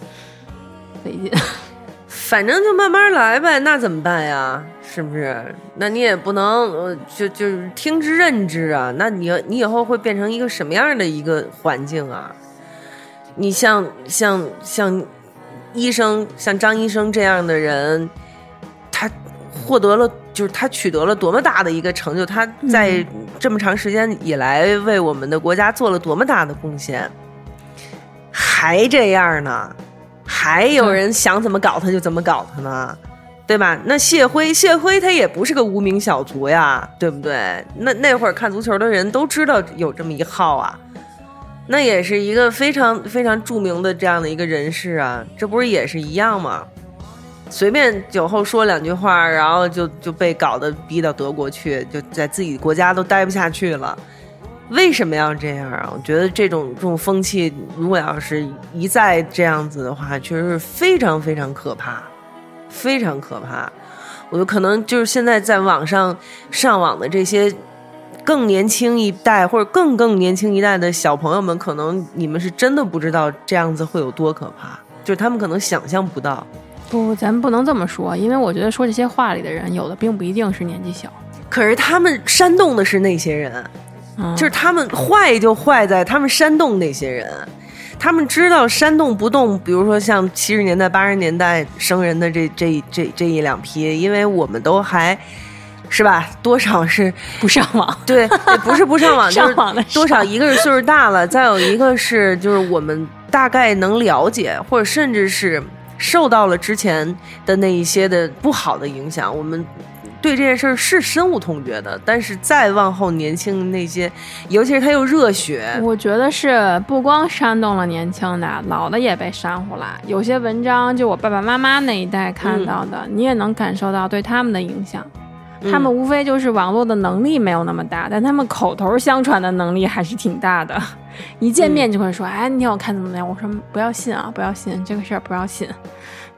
[LAUGHS] 费劲。反正就慢慢来呗，那怎么办呀？是不是？那你也不能呃，就就是听之任之啊。那你你以后会变成一个什么样的一个环境啊？你像像像医生，像张医生这样的人，他获得了就是他取得了多么大的一个成就，他在这么长时间以来为我们的国家做了多么大的贡献，还这样呢？还有人想怎么搞他就怎么搞他呢，对吧？那谢辉，谢辉他也不是个无名小卒呀，对不对？那那会儿看足球的人都知道有这么一号啊，那也是一个非常非常著名的这样的一个人士啊，这不是也是一样吗？随便酒后说两句话，然后就就被搞得逼到德国去，就在自己国家都待不下去了。为什么要这样啊？我觉得这种这种风气，如果要是一再这样子的话，确实是非常非常可怕，非常可怕。我就可能就是现在在网上上网的这些更年轻一代或者更更年轻一代的小朋友们，可能你们是真的不知道这样子会有多可怕，就是他们可能想象不到。不，咱们不能这么说，因为我觉得说这些话里的人，有的并不一定是年纪小，可是他们煽动的是那些人，嗯、就是他们坏就坏在他们煽动那些人，他们知道煽动不动，比如说像七十年代、八十年代生人的这这这这一两批，因为我们都还是吧，多少是不上网。对，也不是不上网，啊就上是网的多少上一个是岁数大了，再有一个是就是我们大概能了解，或者甚至是受到了之前的那一些的不好的影响，我们。对这件事儿是深恶痛绝的，但是再往后年轻的那些，尤其是他又热血， [LAUGHS] 我觉得是不光煽动了年轻的，老的也被煽乎了。有些嗯文章就我爸爸妈妈那一代看到的，你也能感受到对他们的影响。他们无非就是网络的能力没有那么大，但他们口头相传的能力还是挺大的。一见面就会说：“哎，那天我看怎么怎么样。”我说：“不要信啊，不要信这个事儿，不要信。”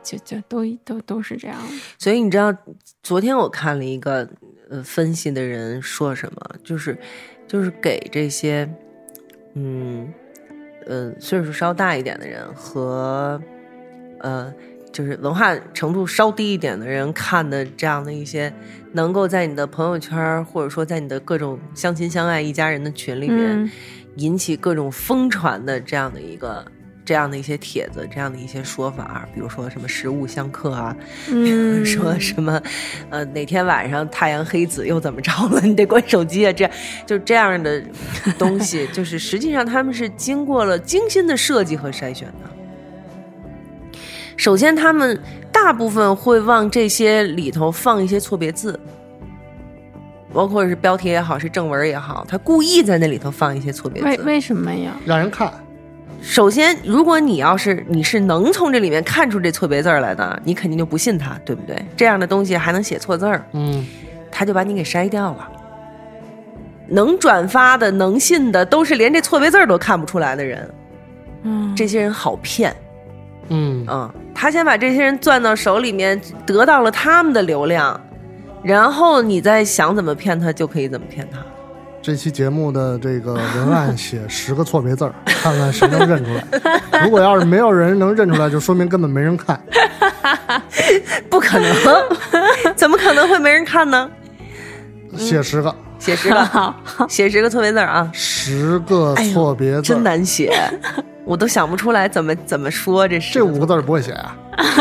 就就都都都是这样的。所以你知道，昨天我看了一个呃分析的人说什么，就是就是给这些嗯呃岁数稍大一点的人和呃就是文化程度稍低一点的人看的这样的一些，能够在你的朋友圈儿或者说在你的各种相亲相爱一家人的群里面、嗯引起各种疯传的这样的一个。这样的一些帖子，这样的一些说法，比如说什么食物相克啊， [LAUGHS] 嗯，说什么，呃，哪天晚上太阳黑子又怎么着了？ [LAUGHS] 你得关手机啊！这就这样的东西， [LAUGHS] 就是实际上他们是经过了精心的设计和筛选的。首先，他们大部分会往这些里头放一些错别字，包括是标题也好，是正文也好，他故意在那里头放一些错别字。嗯为为什么呀？让人看。首先，如果你要是你是能从这里面看出这错别字儿来的，你肯定就不信他，对不对？这样的东西还能写错字儿，嗯，他就把你给筛掉了。能转发的、能信的，都是连这错别字儿都看不出来的人， [LAUGHS] 嗯，这些人好骗。嗯，嗯，他先把这些人攥到手里面，得到了他们的流量，然后你再想怎么骗他，就可以怎么骗他。 [LAUGHS] 这期节目的这个文案写十个错别字儿， [LAUGHS] 看看谁能认出来。如果要是没有人能认出来，就说明根本没人看。不可 [LAUGHS] 能，怎么可能会没人看呢？嗯写十个，写十 [LAUGHS] [LAUGHS] 个，写十个错别字儿啊！十个哎呦错别字儿，真难写， [LAUGHS] 我都想不出来怎么怎么说这十这五个个字儿不会写 [LAUGHS] 啊。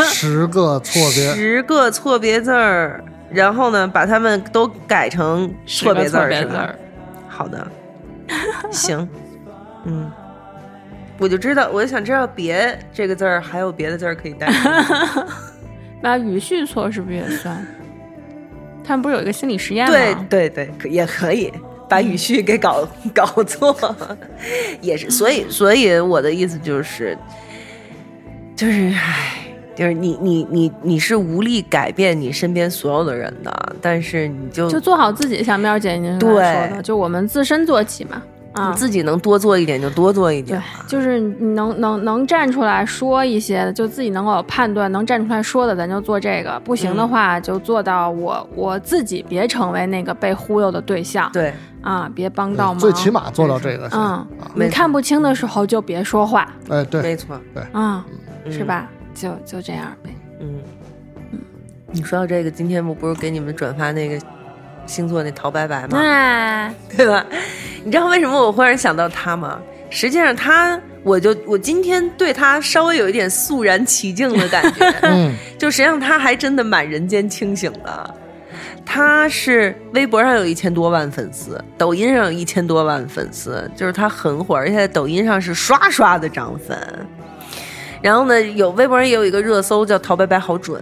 十个错别，十个错别字儿，然后呢，把它们都改成错别字儿，别是字吧儿？好的，行，嗯，我就知道，我就想知道“别”这个字儿还有别的字儿可以代替吗。那语序错是不是也算？他们不是有一个心理实验吗？对对对，可也可以把语序给搞搞错，也是。所以，所以我的意思就是，就是唉，就是你你你你是无力改变你身边所有的人的，但是你就就做好自己，像喵姐您刚才说的，就我们自身做起嘛。啊、你自己能多做一点就多做一点对。，就是你能能能站出来说一些，就自己能够有判断，能站出来说的，咱就做这个；不嗯行的话，就做到我我自己别成为那个被忽悠的对象。对，嗯啊，别帮到忙。嗯最起码做到这个。啊嗯，没你错看不清的时候就别说话，哎，对，没错，嗯，嗯是？吧？就就这样呗。嗯，你说到这个，今天我不是给你们转发那个星座那陶白白吗？那 [LAUGHS] 嗯对吧？你知道为什么我忽然想到他吗？实际上他，我就我今天对他稍微有一点肃然起敬的感觉，嗯，就实际上他还真的蛮人间清醒的。他是微博上有一千多万粉丝，抖音上有一千多万粉丝，就是他很火，而且在抖音上是刷刷的涨粉。然后呢，有微博上也有一个热搜叫“陶白白好准”，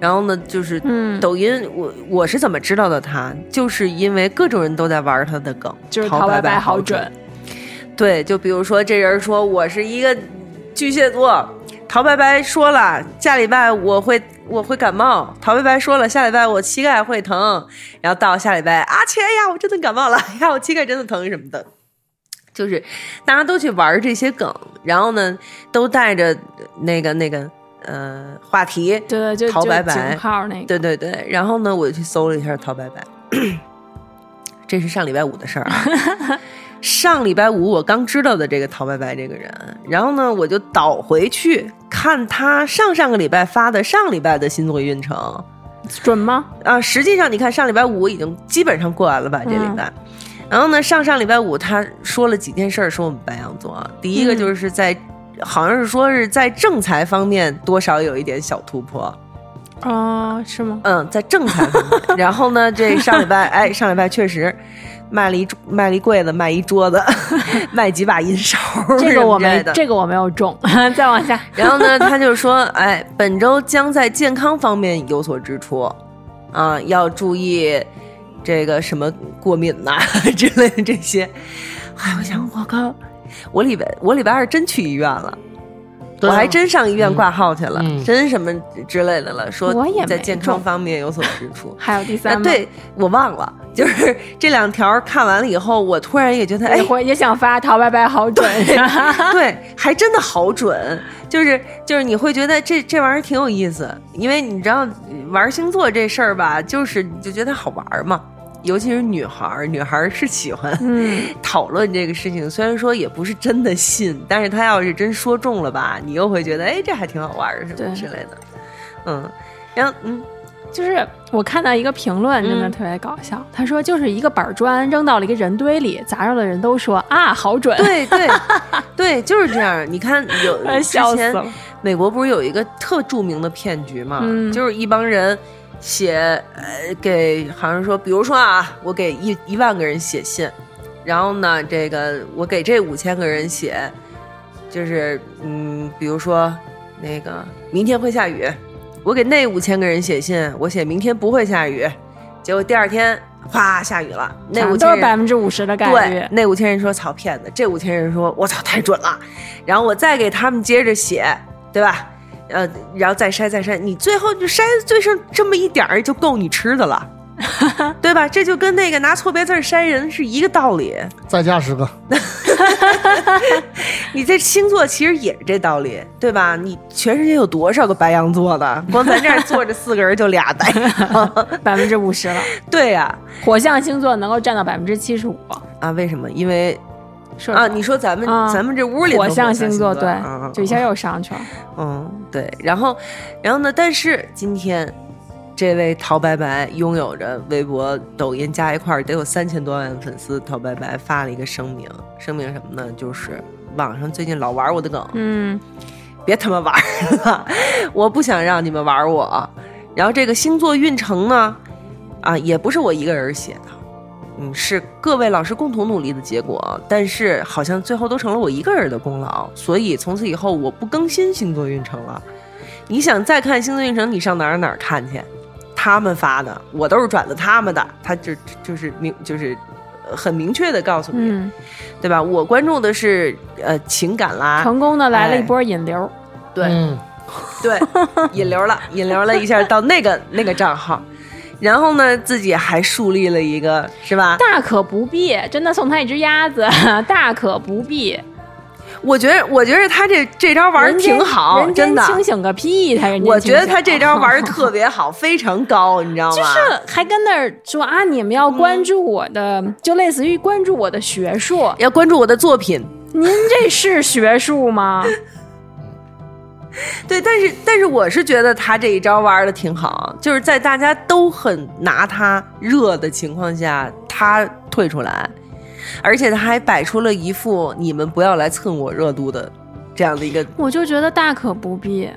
然后呢，就是嗯，抖音，我我是怎么知道的他？就是因为各种人都在玩他的梗，就是陶陶白白白好准准。。对，就比如说这人说我是一个巨蟹座，陶白白说了下礼拜我会我会感冒，陶白白说了下礼拜我膝盖会疼，然后到下礼拜啊切呀，我真的感冒了， [LAUGHS] 哎呀我膝盖真的疼什么的，就是大家都去玩这些梗，然后呢都带着那个那个呃话题，对对，就陶白白就井号那个，对对对，然后呢，我去搜了一下陶白白， [CLEARS THROAT] 这是上礼拜五的事儿啊。上礼拜五我刚知道的这个陶白白这个人，然后呢，我就倒回去看他上上个礼拜发的上礼拜的星座运程准吗？啊。实际上，你看上礼拜五已经基本上过完了吧，这礼拜。然后呢，上上礼拜五他说了几件事儿，说我们白羊座啊，第一个嗯就是在、好像是说是在正财方面多少有一点小突破，哦，是吗？嗯，在正财 [LAUGHS] 方面。然后呢，这上礼拜，哎，上礼拜确实卖了一桌卖了一柜子，卖一桌 [LAUGHS] 子，卖几把银勺儿这什个么我之类没的，。 [LAUGHS] 这个我没有中。 [LAUGHS] 再往下，然后呢，他就说，哎，本周将在健康方面有所支出，啊，要注意这个什么过敏呐、 [LAUGHS] 之类的这些。哎，我想，我靠，我礼拜我礼拜二真去医院了。对啊我还真上医院挂号去了，嗯真什么之类的了，说我也没在健康中。方面有所支出还有第啊三，吗，对我忘了，就是 [LAUGHS] 这两条看完了以后，我突然也觉得，哎也，会也 [LAUGHS] 想发陶白白好准，对，还真的好准，就是就是你会觉得这这玩意儿挺有意思，因为你知道玩星座这事儿吧，就是你就觉得好玩儿嘛，尤其是女孩儿，女孩儿是喜欢 [LAUGHS] 嗯， [LAUGHS] 讨论这个事情，虽然说也不是真的信，但是他要是真说中了吧，你又会觉得哎，这还挺好玩儿什对么之类的，嗯，然后嗯， [LAUGHS] 就是我看到一个评论，真的嗯特别搞笑。他说，就是一个板砖扔到了一个人堆里，砸着的人都说啊，好准，对 [LAUGHS] 对对，就是这样。你看有之哎笑死前了。美国不是有一个特著名的骗局嘛？嗯就是一帮人写呃给，好像说，比如说啊，我给一一万个人写信，然后呢，这个我给这五千个人写，就是嗯，比如说那个明天会下雨，我给那五千个人写信，我写明天不会下雨，结果第二天哗下雨了，那反五正千都是人百分之五十的概对率，，那五千人说草骗子，这五千人说我操太准了，然后我再给他们接着写，对吧？呃，然后再筛再筛，你最后就筛最剩这么一点儿就够你吃的 [LAUGHS] 了，对吧？这就跟那个拿错别字儿筛人是一个道理。再加十个，你这星座其实也是这道理，对吧？你全世界有多少个白羊座的？光咱这儿坐着四个人就俩白羊， [LAUGHS] 百分之五十了。对呀、火象星座能够占到百分之七十五，啊，为什么？因为射手啊，你说咱们、啊咱们这屋里头火象星星座对啊啊，就一下又上去了。嗯，对。然后，然后呢？但是今天这位陶白白拥有着微博、抖音加一块儿得有三千多万粉丝，陶白白发了一个声明，声明什么呢？就是网上最近老玩我的梗，嗯，别他妈玩儿了，我不想让你们玩我。然后这个星座运程呢，啊，也不是我一个人写的，嗯，是各位老师共同努力的结果。但是好像最后都成了我一个人的功劳，所以从此以后我不更新星座运程了。你想再看星座运程，你上哪儿哪儿看去？他们发的，我都是转的他们的，他就就是明就是呃很明确的告诉你，嗯，对吧？我关注的是呃情感啦，成功的来了一波引流，对嗯， [LAUGHS] 对，引流了，引流了一下到那 [LAUGHS] 个那个账号，然后呢，自己还树立了一个是吧？大可不必，真的送他一只鸭子， [LAUGHS] 大可不必。我觉得，我觉得他这这招玩的人间挺好，人真间的，清醒个屁！他人间我觉得清醒啊他这招玩的特别 [LAUGHS] 好，非常高，你知道吗？ [LAUGHS] 就是还跟那儿说啊，你们要嗯关注我的，就类似于关注我的学术。要关注我的作品，您这是学术吗？ [LAUGHS] 对，但是但是我是觉得他这一招玩的挺好，就是在大家都很拿他热的情况下，他退出来，而且他还摆出了一副你们不要来蹭我热度的这样的一个我就觉得大可不必，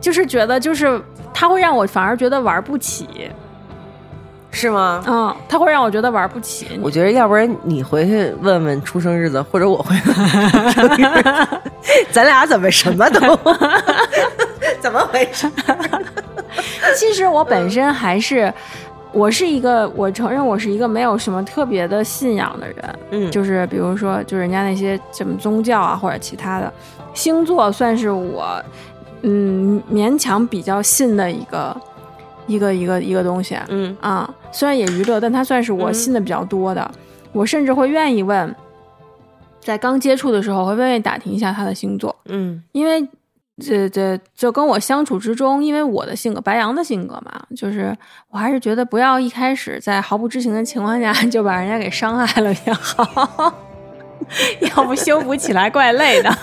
就是觉得就是他会让我反而觉得玩不起，是吗？嗯，他会让我觉得玩不起。我觉得要不然你回去问问出生日子，或者我 [LAUGHS] 回去问出生日子，咱俩怎么什么 [LAUGHS] 都怎么回事？其实我本身还是，我是一个，我承认我是一个没有什么特别的信仰的人，嗯就是比如说，就人家那些什么宗教啊，或者其他的星座，算是我嗯勉强比较信的一个一个一个一个东西啊、嗯虽然也娱乐，但它算是我嗯信的比较多的。我甚至会愿意问，在刚接触的时候，会愿意打听一下他的星座，嗯因为这这就跟我相处之中，因为我的性格，白羊的性格嘛，就是我还是觉得不要一开始在毫不知情的情况下 [LAUGHS] 就把人家给伤害了比较好， [LAUGHS] 要不修补起来怪累的。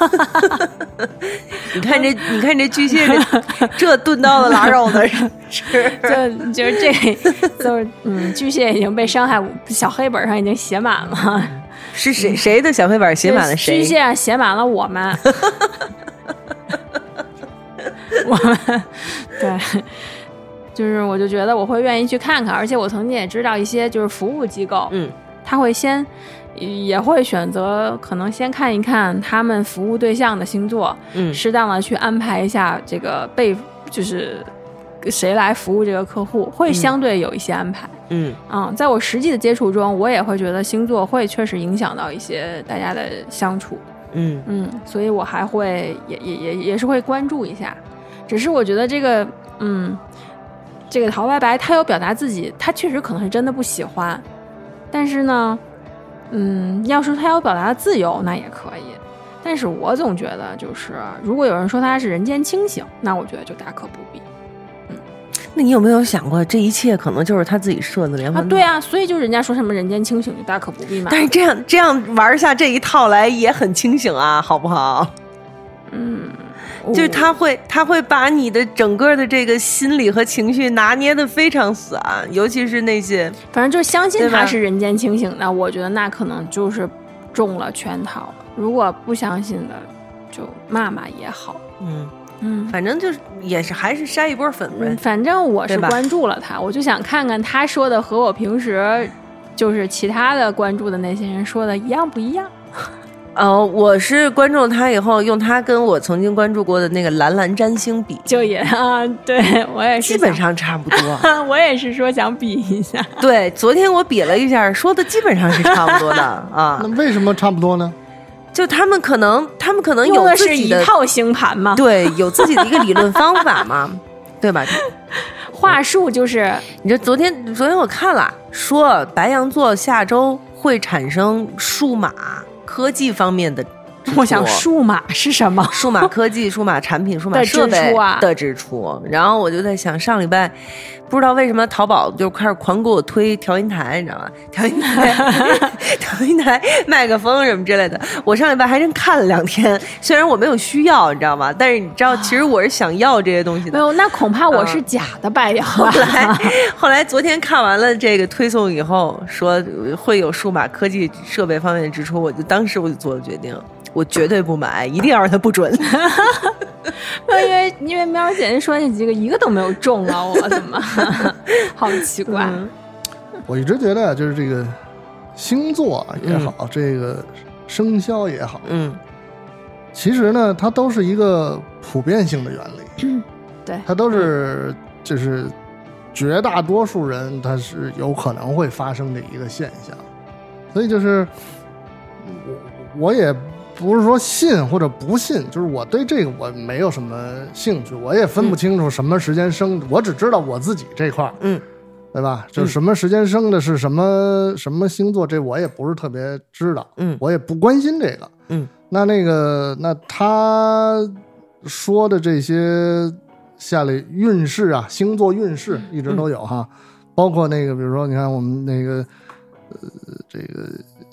[LAUGHS] 你看这，你看这巨蟹 [LAUGHS] 这这钝刀子拉肉的，是 [LAUGHS] 就就是这，就是嗯，巨蟹已经被伤害，小黑本上已经写满了，是谁谁的小黑板写满了谁？巨蟹写满了我们， [LAUGHS] 我们对，就是我就觉得我会愿意去看看，而且我曾经也知道一些就是服务机构，嗯他会先也会选择可能先看一看他们服务对象的星座，嗯适当的去安排一下这个被就是谁来服务这个客户，会相对有一些安排。嗯嗯，在我实际的接触中，我也会觉得星座会确实影响到一些大家的相处。嗯嗯，所以我还会也也也也是会关注一下，只是我觉得这个嗯，这个陶白白他有表达自己，他确实可能是真的不喜欢，但是呢，嗯，要说他有表达的自由，那也可以。但是我总觉得，就是如果有人说他是人间清醒，那我觉得就大可不必那你有没有想过，这一切可能就是他自己设的连啊。环对啊。啊，所以就人家说什么人间清醒，就大可不必嘛。但是这样这样玩下这一套来也很清醒啊，好不好？嗯，就是我他会他会把你的整个的这个心理和情绪拿捏的非常散，尤其是那些反正就是相信对吧他是人间清醒的，我觉得那可能就是中了圈套了。如果不相信的，就骂骂也好。嗯，嗯，反正就是也是还是筛一波粉呗。反正我对是吧关注了他，我就想看看他说的和我平时就是其他的关注的那些人说的一样不一样。呃，我是关注了他以后，用他跟我曾经关注过的那个蓝蓝占星比，就也 [LAUGHS] 啊，对我也是基想，本上差不 [LAUGHS] 多。我也是说想 [LAUGHS] 比一下，对，昨天我比了一下，说的基本上是差不多的啊 [LAUGHS] 那。为什么差不多呢？就他们可能，他们可能用有的自是己一的套星盘嘛，对，有自己的一个理论方法嘛，对吧？话术就是你这昨天，昨天我看了，说白羊座下周会产生数码科技方面的支出，我想数码是 [LAUGHS] 什么？数码科技、数码产品、数码的设支备出啊的支出。然后我就在想，上礼拜不知道为什么淘宝就开始狂给我推调音台，你知道吗？ [LAUGHS] 调音台、调音台、麦克风什么之类的。我上礼拜还真看了两天，虽然我没有需要，你知道吗？但是你知道，其实我是想要这些东西没的。有，那恐怕我嗯是假的白羊 [LAUGHS] 吧。后来，后来昨天看完了这个推送以后，说会有数码科技设备方面的支出，我就当时我就做了决定，我绝对不买，一定要让它不准。 [LAUGHS] 因为因为喵姐姐说那几个一个都没有中啊，我怎么好奇怪？嗯我一直觉得就是这个星座也好，这个生肖也好，嗯其实呢，它都是一个普遍性的原理，对它都是就是绝大多数人它是有可能会发生的一个现象，所以就是我我也不是说信或者不信，就是我对这个我没有什么兴趣，我也分不清楚什么时间生，我只知道我自己这块儿，嗯。对吧？就是什么时间生的是什么、什么星座，这我也不是特别知道，嗯我也不关心这个，嗯。那那个，那他说的这些下来运势啊，星座运势嗯一直都有哈，包括那个，比如说你看我们那个，呃，这个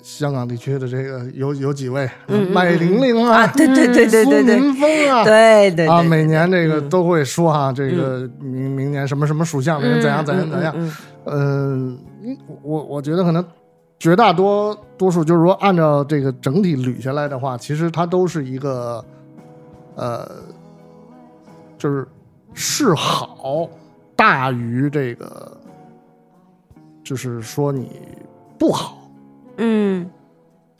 香港地区的这个有有几位，嗯嗯麦玲玲啊，对对对对对对苏民峰啊，对对啊，对每年这个嗯都会说哈，这个明明年什么什么属相的人怎样嗯怎样怎样，嗯嗯嗯，我我觉得可能绝大多多数就是说，按照这个整体捋下来的话，其实它都是一个，呃，就是是好大于这个，就是说你不好，嗯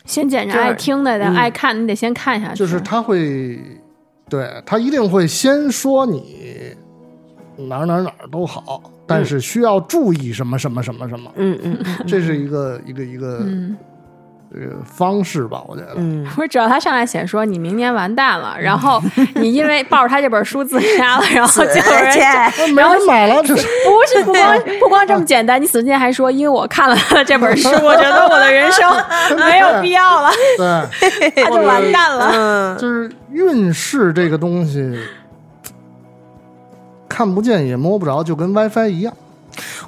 先捡着就是爱听的，嗯爱看你得先看下去。嗯就是他会，对他一定会先说你哪儿哪儿哪儿都好，但是需要注意什么什么什么什么，嗯嗯嗯 [LAUGHS] 这是一个一个一个嗯，这个方式吧，我觉得。嗯，不是只要他上来写说你明年完蛋了，然后你因为抱着他这本书自杀了，[LAUGHS] 然 [LAUGHS] 后就有人姐那呃没人买了，这是不是不光不光这么简单，你死之前还说因为我看了这 [LAUGHS] 本书，我觉得我的人生没有必要了，对，他就完蛋了。嗯就是运势这个东西，看不见也摸不着，就跟 WiFi 一样。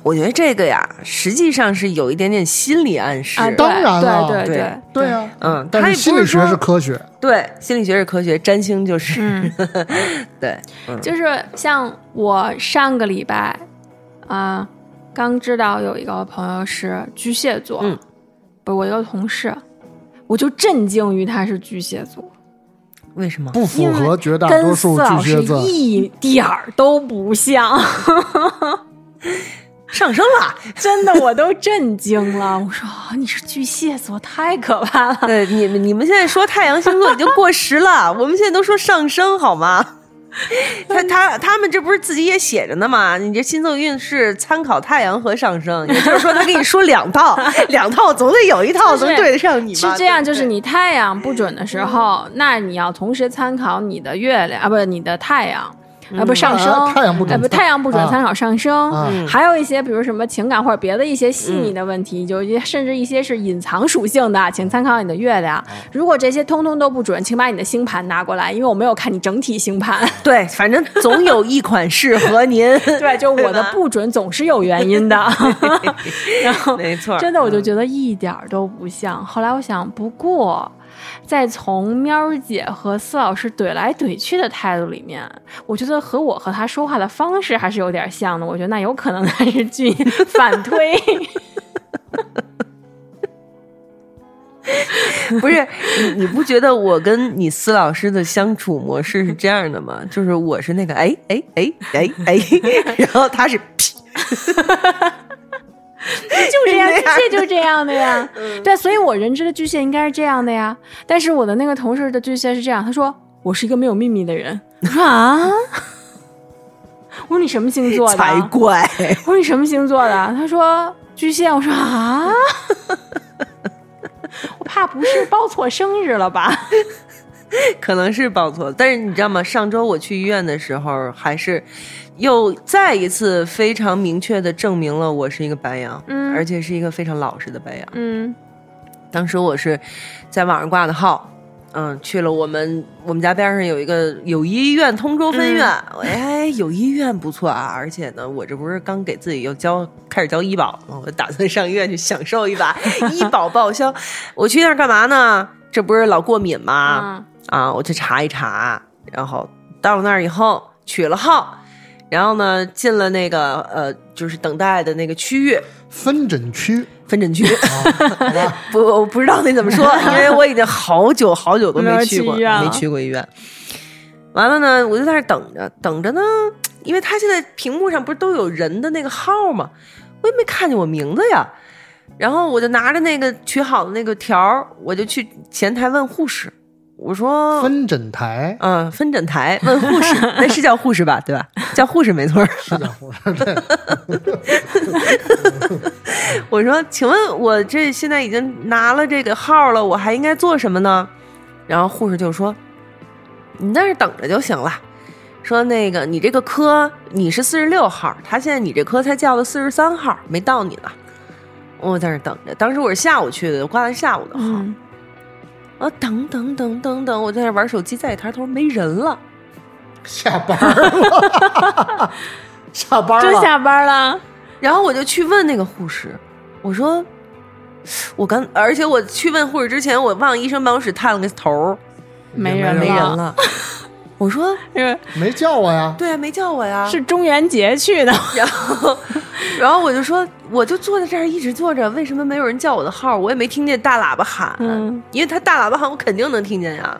我觉得这个呀，实际上是有一点点心理暗示。啊，对当然了对对对对啊，嗯，但他是也心不理是学说是科学，对，心理学是科学，占星就是、嗯。对，就是像我上个礼拜啊、刚知道有一个朋友是巨蟹座，嗯不，我一个同事，我就震惊于他是巨蟹座，为什么？不符合绝大多跟数四巨老蟹师座。一点儿都不像， [LAUGHS] 上升了。真的我都震惊了。我说、啊你是巨蟹座，太可 [LAUGHS] 怕了。对，你们你们现在说太阳星座已经过时了，我们现在都说上升好吗？他他他们这不是自己也写着呢吗？你这新增运势参考太阳和上升，也就是说他跟你说两 [LAUGHS] 套，两套总得有一套就是能对得上你吧？ [LAUGHS] 是这样，对就不是对你太阳不准的时候，那你要同时参考你的月亮啊，不，你的太阳啊，不上升，啊太阳不准哎不，太阳不准啊参考上升，啊还有一些比如什么情感或者别的一些细腻的问嗯题，有一些甚至一些是隐藏属性的，请参考你的月亮。嗯如果这些通通都不准，请把你的星盘拿过来，因为我没有看你整体星 [LAUGHS] 盘。对，反正总有一款适合您。对，就我的吧不准总是有原 [LAUGHS] 因 [LAUGHS] 的。 [LAUGHS] 然后没错，真的我就觉得一点儿都不像。后来我想，不过。在从喵儿姐和司老师怼来怼去的态度里面，我觉得和我和她说话的方式还是有点像的。我觉得那有可能她是 [LAUGHS] 巨反推， [LAUGHS] 不是你，你不觉得我跟你司老师的相处模式是这样的吗？就是我是那个哎哎哎哎哎， [LAUGHS] 然后他是屁，就这样，那巨样嗯蟹就这样的呀。对，所以我认知的巨蟹应该是这样的呀。但是我的那个同事的巨蟹是这样，他说我是一个没有秘密的人。 [LAUGHS] 我说啊，我说你什么星座 [LAUGHS] 的？才怪。 [LAUGHS] 我说你什么星座的？ [LAUGHS] 他说巨蟹。我说啊， [LAUGHS] 我怕不是报错生日了吧？可能是报错了，但是你知道吗？上周我去医院的时候，还是又再一次非常明确的证明了我是一个白羊，嗯而且是一个非常老实的白羊。嗯当时我是在网上挂的号，嗯，去了我们我们家边上有一个友谊医院通州分院，哎，友谊医院不错啊，而且呢，我这不是刚给自己又交开始交医保了吗，我打算上医院去享受一把医保报销。 [LAUGHS] 我去那儿干嘛呢？这不是老过敏吗？啊啊，我去查一查，然后到了那儿以后取了号，然后呢进了那个呃就是等待的那个区域分诊区，分诊区，好吧？ [LAUGHS] 不我不知道那怎么说，因为我已经好久好久都没有去去过，医院没了去过医院。完了呢，我就在那儿等着，等着呢，因为他现在屏幕上不是都有人的那个号吗？我也没看见我名字呀。然后我就拿着那个取好的那个条儿，我就去前台问护士，我嗯说分诊台嗯，分诊台 [LAUGHS] 问护士，那是叫护士吧？对吧？叫护士没错儿。 [LAUGHS] 是这样，对，我说，请问我这现在已经拿了这个号了，我还应该做什么呢？然后护士就说：“你在这等着就行了。”说那个你这个科你是四十六号，他现在你这科才叫的四十三号，没到你呢。我在那儿等着，当时我是下午去的，我挂的下午的号。嗯，啊，等等等等等，我在那儿玩手机，再一抬头没人了。下班儿了， [LAUGHS] 下班儿就了，下班了。然后我就去问那个护士，我说，我刚，而且我去问护士之前，我往医生办公室探了个头儿，没人了没人了。 [LAUGHS] 我说，因为没叫我呀，对啊，没叫我呀。是中元节去的， [LAUGHS] 然后，然后我就说，我就坐在这儿一直坐着，为什么没有人叫我的号？我也没听见大喇叭喊，嗯因为他大喇叭喊，我肯定能听见呀。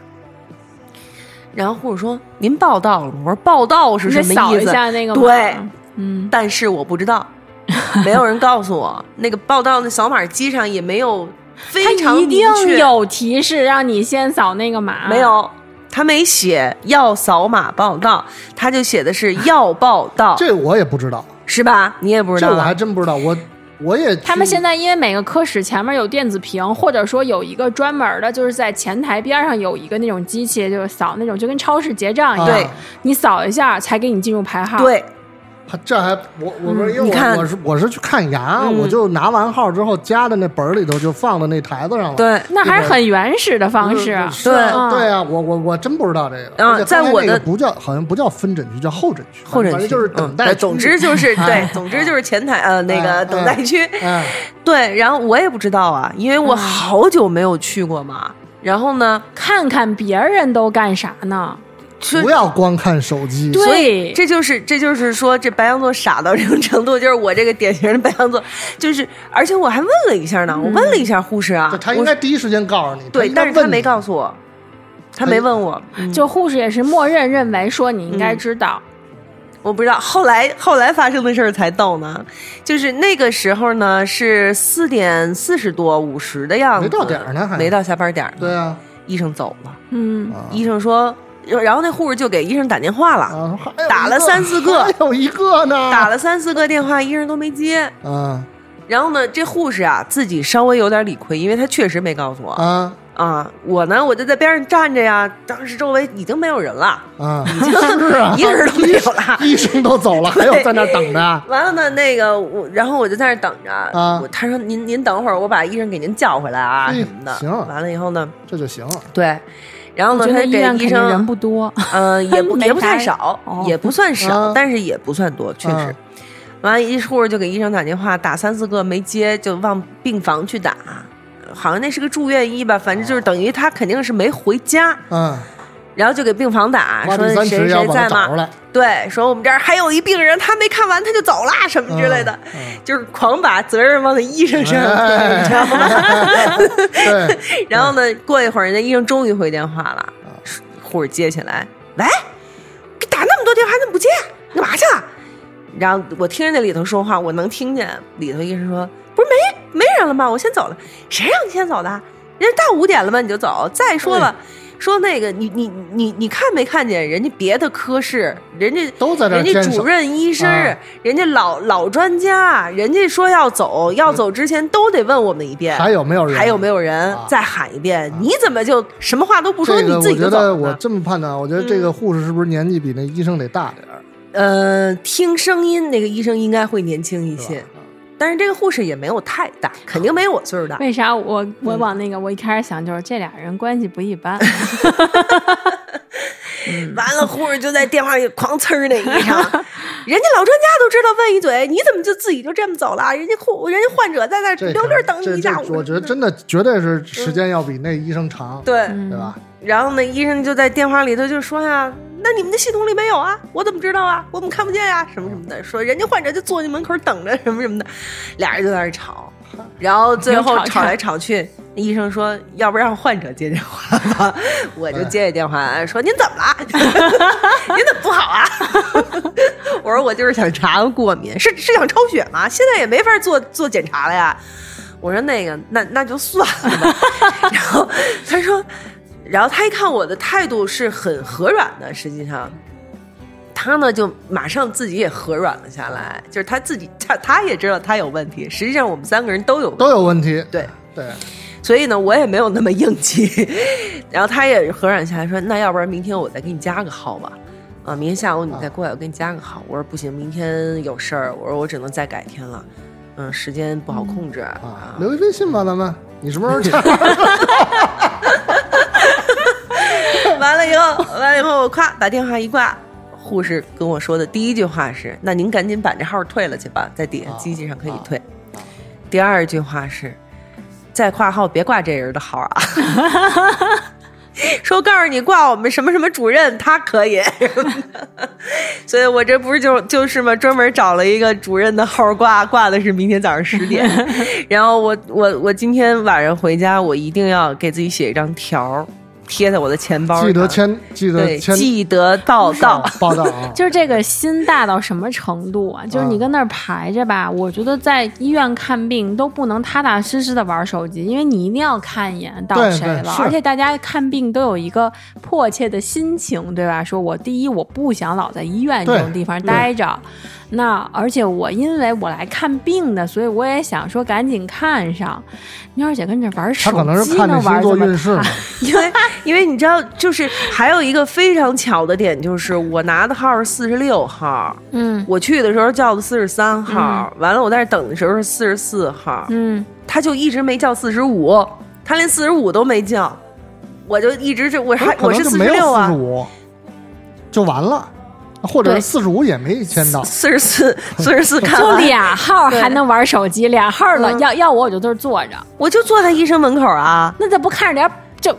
然后护士说：“您报到了吗？”我说：“报到是 [LAUGHS] 你什得么意思？”扫一下那个码对，嗯，但是我不知道， [LAUGHS] 没有人告诉我。那个报道那扫码机上也没有他非常一明确，定有提示让你先扫那个啊码，没有？他没写要扫码报到，他就写的是要报到，这我也不知道，是吧？你也不知这道我啊还真不知道，我我也他们去现在因为每个科室前面有电子屏，或者说有一个专门的，就是在前台边上有一个那种机器，就是扫那种就跟超市结账一样，对啊你扫一下才给你进入排号。，对，他这还我我不是因嗯为你看我我是我是去看牙，嗯我就拿完号之后夹在那本儿里头就放到那台子上了。对。那还是很原始的方式。嗯是啊对对啊，我我我真不知道这个。啊而且在刚才我那个的不叫好像不叫分诊区，叫后诊区。后诊反区正就是等待嗯区。总之就是 [LAUGHS] 对哎，总之就是前台呃那个哎等待区，哎，对。然后我也不知道啊，因为我嗯好久没有去过嘛。然后呢，看看别人都干啥呢？就不要光看手机。对所以这就是这就是说，这白羊座傻到这种程度，就是我这个典型的白羊座，就是而且我还问了一下呢，我问了一下护士嗯啊对，他我应该第一时间告诉你。对，但是他没告诉。诉我，他没问我，嗯就护士也是默认认为说你应该知道，我不知道。后来后来发生的事儿才逗呢，就是那个时候呢是四点四十多五十的样子，没到点儿呢还没到下班点儿呢，对啊，医生走了，嗯，啊医生说然后那护士就给医生打电话了，啊，还有一打了三四个还有一个呢，打了三四个电话，医生都没接。啊然后呢，这护士啊自己稍微有点理亏，因为她确实没告诉我啊啊我呢，我就在边上站着呀，当时周围已经没有人了， [LAUGHS] 啊，是啊，一个人都没 [LAUGHS] 有 [LAUGHS] 了。医生都走了，还有在那儿等着，完了呢，那个我，然后我就在那儿等着。啊我他说您您等会儿，我把医生给您叫回来啊哎什么的。行完了以后呢，这就行了。对，然后我呢，觉嗯他得给医院肯医定人生，[LAUGHS] 不多，呃，也不没也不太排少，哦也不算少，啊但是也不算多，确实啊。完了，一护士就给医生打电话，打三四个没接，就往病房去打。好像那是个住院医吧，反正就是等于他肯定是没回家，嗯，然后就给病房打，挖啊说地三谁尺要谁把在他找出啊吗？来对，说我们这儿还有一病人，他没看完他就走了，什么之类的。嗯就是狂把责任往那医生身上推，哎你知 [LAUGHS] 道吗？嗯对， [LAUGHS] 然后呢，过一会儿人家医生终于回电话了，护士接起来，喂，啊给打那么多电话还怎么不接？你干嘛去了？然后我听着那里头说话，我能听见里头医生说，不是没没人了吗？我先走了，谁让你先走的？人家到五点了吗？你就走？再说了。说那个，你你你你看没看见人家别的科室，人家都在这儿人家坚守主任医生，啊人家老老专家，人家说要走，要走之前都得问我们一遍，还有没有人？还有没有人啊再喊一遍？你怎么就什么话都不说，这个你自我己就觉走得了嗯我呢？这么判断，我觉得这个护士是不是年纪比那医生得大点儿？呃，听声音，那个医生应该会年轻一些是吧，但是这个护士也没有太大，肯定没有我岁数大。为啥我我嗯往那个我一开始想就是这俩人关系不 [LAUGHS] 一般，嗯完了，护士就在电话里狂呲儿那医生，人 [LAUGHS] 家老专家都知道问一嘴，你怎么就自己就这么走了？人家护人家患者在那儿这溜可溜等这你一下这午，我觉得真的绝对是时间要比那医生长，对。嗯对吧？然后呢，医生就在电话里头就说呀、那你们的系统里没有啊？我怎么知道啊？我怎么看不见呀、什么什么嗯的，说人家患者就坐你门口等着，什么什么的，俩人就在那儿吵，然后最后又吵吵吵！来吵去，那医生说，要不让患者接电话吧，我就接起电话，说您怎么了？您怎么不好啊？我说我就是想查个过敏，是是想抽血吗？现在也没法做做检查了呀。我说那个，那那就算了吧。然后他说，然后他一看我的态度是很和软的，实际上，他呢就马上自己也和软了下来，就是他自己他他也知道他有问题，实际上我们三个人都有问题都有问题。对，对，啊所以呢我也没有那么硬气。 [LAUGHS] 然后他也和软下来说，那要不然明天我再给你加个号吧。啊，明天下午你再过来，我给你加个号。我说不行，明天有事儿，我说我只能再改天了。嗯，时间不好控制啊，留一微信吧，咱们。你什么时候加？[LAUGHS] 完了以后，完了以后，我夸把电话一挂，护士跟我说的第一句话是：“那您赶紧把这号退了去吧，在底下机器上可以退。第二句话是：“再挂号别挂这人的号啊。”说告诉你挂我们什么什么主任，他可以。 [LAUGHS] 所以我这不是就就是嘛，专门找了一个主任的号挂，挂的是明天早上十点。然后我我我今天晚上回家，我一定要给自己写一张条儿，贴在我的钱包上。记得签，记得对，签记得报道。报道啊就是这个心大到什么程度啊？就是嗯你跟那儿排着吧，我觉得在医院看病都不能踏踏实实的玩手机，因为你一定要看一眼到对谁对了，是而且大家看病都有一个迫切的心情，对吧？说我第一我不想老在医院这种对地方待着，那而且我因为我来看病的，所以我也想说赶紧看上。你而且跟这玩手他可能机是看呢这，星玩这座么运势嘛， [LAUGHS] 因为因为你知道，就是还有一个非常巧的点，就是我拿的号是四十六号，嗯我去的时候叫的四十三号，完了我在那等的时候是四十四号，嗯，他就一直没叫四十五，他连四十五都没叫，我就一直是我还哎可我能是就四没十有六四十啊。五，就完了，或者对四十五也没签到。四十四，四十四看就完，俩号对还能玩手机，俩号了，嗯要要我我就在这儿坐着。我就坐他医生门口啊，那再不看着点儿，就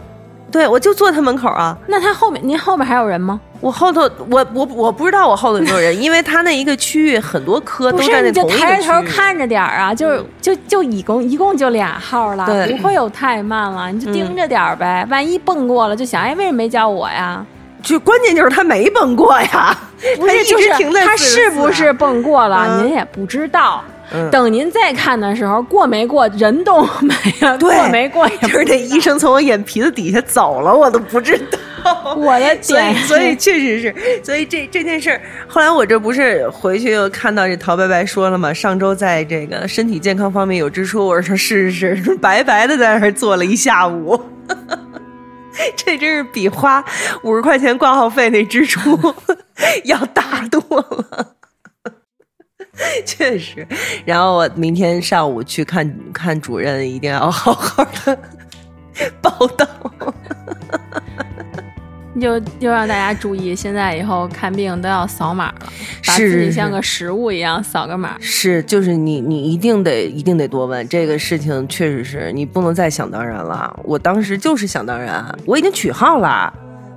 对我就坐他门口啊，那他后面您后面还有人吗？我后头我我我不知道我后头有没有 [LAUGHS] 人，因为他那一个区域很多科都不在是，那你就同一个抬着头区域嗯看着点儿啊，就是就就一共一共就俩号了，对嗯不会有太慢了，你就盯着点儿呗。万一蹦过了，就想哎为什么没叫我呀？就关键就是他没蹦过呀，不他是，一就直是停在他44是不是蹦过了，嗯您也不知道嗯。等您再看的时候，过没过人都没了，对过没过也就是那医生从我眼皮子底下走了，我都不知道。我的所以点，所以确实是，所以这这件事儿，后来我这不是回去又看到这陶白白说了嘛，上周在这个身体健康方面有支出，我说是是是，白白的在那儿坐了一下午， [LAUGHS] 这真是比花五十块钱挂号费那支出要大多了。确实，然后我明天上午去看看主任，一定要好好的 [LAUGHS] 报道。就就让大家注意，现在以后看病都要扫码了，把是自己是像个实物一样扫个码。是，就是你，你一定得，一定得多问这个事情，确实是你不能再想当然了。我当时就是想当然，我已经取号了，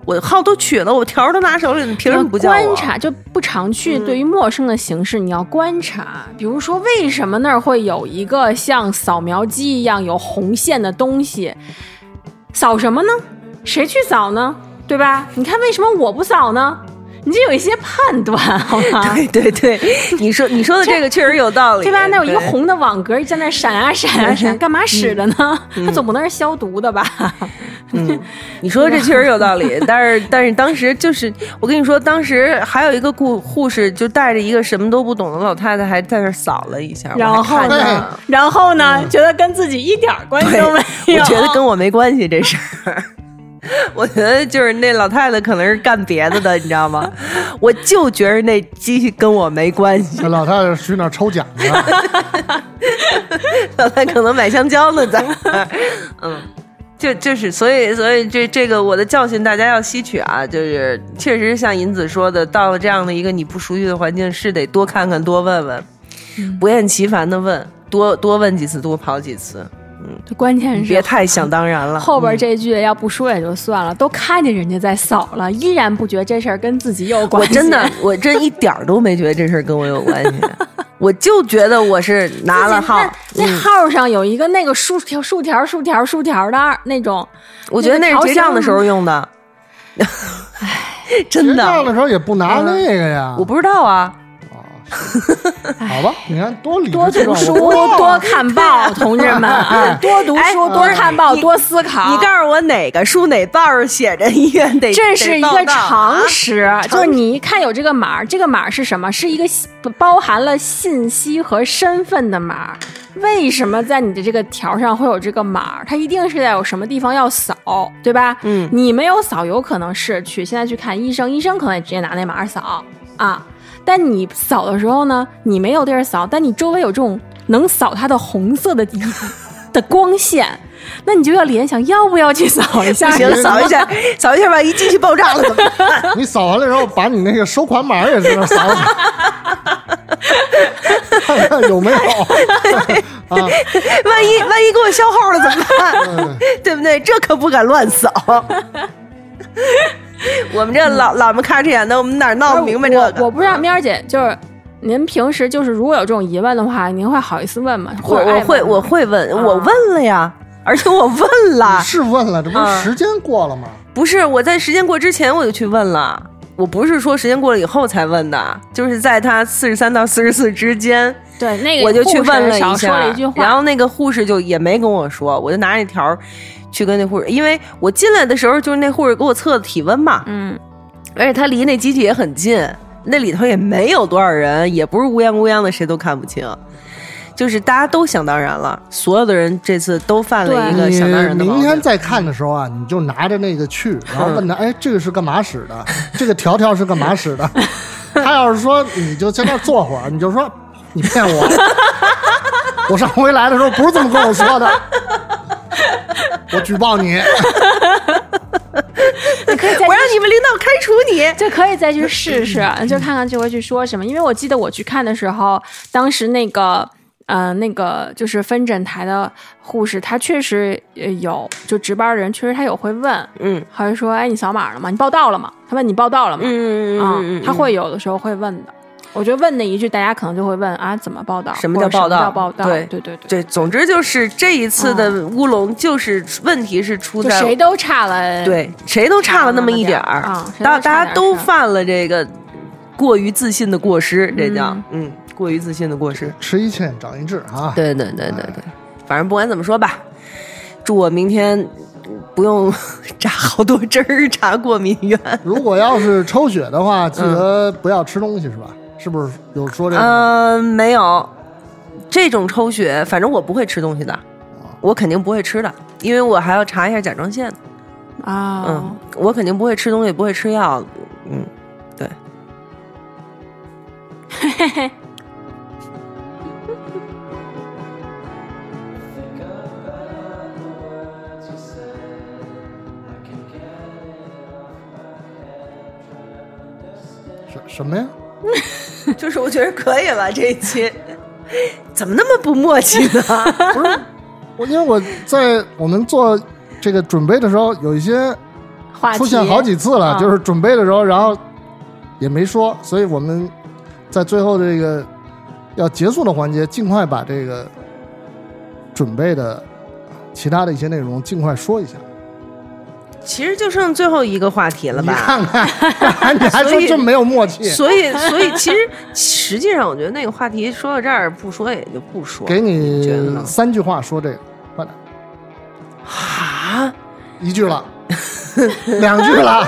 我号都取了，我条儿都拿手里，你凭什么不叫我？观察就不常去，嗯对于陌生的形式，你要观察。比如说，为什么那儿会有一个像扫描机一样有红线的东西？扫什么呢？谁去扫呢？对吧？你看，为什么我不扫呢？你就有一些判断，好吗？ [LAUGHS] 对对对，你说你说的这个确实有道理，对吧？那有一个对。红的网格在那儿 [LAUGHS] 闪啊闪啊闪，干嘛使的呢？它总不能是消毒的吧？嗯，你说这确实有道理，但是但是当时就是我跟你说，当时还有一个顾护士就带着一个什么都不懂的老太太，还在那儿扫了一下，我 [LAUGHS] 然还后看见呢了嗯然后呢，觉得跟自己一点儿关系对都没有。 [LAUGHS] 我觉得跟我没关系这事儿。 [LAUGHS] 我觉得就是那老太太可能是干别的的，你知道吗？ [LAUGHS] 我就觉得那鸡跟我没关系，那老太太去那儿抽奖去了。 [LAUGHS] 老太太可能买香蕉呢，在那儿嗯，就就是所以所以这这个我的教训大家要吸取啊，就是确实像银子说的，到了这样的一个你不熟悉的环境，是得多看看、多问问，嗯不厌其烦的问，多多问几次，多跑几次，关键是别太想当然了。后边这句要不说也就算了，都看见人家在扫了，依然不觉得这事儿跟自己有关我系。真的，我真一点儿都没觉得这事儿跟我有 [LAUGHS] 关系，我就觉得我是拿了号，嗯那那号上有一个那个竖条、竖条、竖条、竖条的二那种，我觉得那是结账的时候用的。真结账的，的时候也不拿那个呀。嗯我不知道啊，好吧，你看多理智多 [LAUGHS] 读书、多看报，同志们啊，多读哎书、多看报、多思考。你告诉我哪个书哪报上写着医院得啊这是一个常识。识，就是你一看有这个码儿，这个码儿是什么？是一个信包含了信息和身份的码儿。为什么在你的这个条上会有这个码儿？它一定是在有什么地方要扫，对吧？嗯你没有扫，有可能是去现在去看医生，医生可能也直接拿那码儿扫啊。但你扫的时候呢，你没有地儿扫，但你周围有这种能扫它的红色的 [LAUGHS] 的光线，那你就要联想要不要去扫一下不呢？行，扫一下，扫一下吧，一进去爆炸了怎么办？你扫完了之后，把你那个收款码也在那扫扫，看 [LAUGHS] 看 [LAUGHS] 有啊没有。万一万一给我消耗了怎么办？ [LAUGHS] 对不对？这可不敢乱扫。 [LAUGHS] 我们这老老么咔哧眼的，我们哪儿闹而哦不明白这个？嗯我我不知道，喵儿姐就是您平时就是如果有这种疑问的话，您会好意思问吗？我或者爱我问会吗我会问，啊我问了呀，而且我问了，是问了，这不嗯是时间过了吗？不是我在时间过之前我就去问了，我不是说时间过了以后才问的，就是在他四十三到四十四之间，对那个我就去问了少一说下，了一句话，然后那个护士就也没跟我说，我就拿那条儿去跟那护士，因为我进来的时候就是那护士给我测的体温嘛，嗯，而且他离那机器也很近，那里头也没有多少人，也不是乌泱乌泱的，谁都看不清。就是大家都想当然了，所有的人这次都犯了一你个想当然的毛明病。天再看的时候啊，你就拿着那个 [LAUGHS] 去，然后问他，哎，这个是干嘛使的？这个条条是干嘛使的？ [LAUGHS] 他要是说你就在那儿坐会儿，你就说你骗 [LAUGHS] 我，我上回来的时候不是这么跟我说的，我举报你。就可以再我让你们领导开除你。就可以再去试 [LAUGHS] 试，就看看这回去说什么。因为我记得我去看的时候，当时那个。呃，那个就是分诊台的护士，她确实呃有，就值班的人确实她有会问，嗯，好像说，哎，你扫码了吗？你报到了吗？她问你报到了吗？嗯啊，他会有的时候会问的。我觉得问那一句，大家可能就会问啊，怎么报道？什么或叫者报道什么叫报道？对对对对，对，总之就是这一次的乌龙，就是问题是出就在谁都差了。，对谁都差了那么一点儿啊谁，都大差大家点儿都是吧犯了这个过于自信的过失，这叫嗯过于自信的过失。吃一堑长 [LAUGHS] 一智啊！对对对对对，反正不管怎么说吧，祝我明天嗯不用 [LAUGHS] 扎好多针儿查过敏源。如果要是抽血的话，记得不要吃东西，是吧？是不是有说这个？嗯、没有，这种抽血，反正我不会吃东西的，我肯定不会吃的，因为我还要查一下甲状腺。啊，嗯，我肯定不会吃东西，不会吃药。嗯，对。什什么呀？ [LAUGHS] 就是我觉得可以了，这一期 [LAUGHS] 怎么那么不默契呢？不是我，因为我在我们做这个准备的时候，有一些话题出现好几次了，啊就是准备的时候，然后也没说，所以我们在最后这个要结束的环节，尽快把这个准备的其他的一些内容尽快说一下。 [LAUGHS] 其实就剩最后一个话题了 [LAUGHS] [LAUGHS] 你吧？看看， [LAUGHS] 你还说这么没有默 [LAUGHS] 契，所以，所以其实实际上，我觉得那个话题说到这儿，不说也就不说。给觉得呢你三句话说这个，快点，啊，一句了，两句了，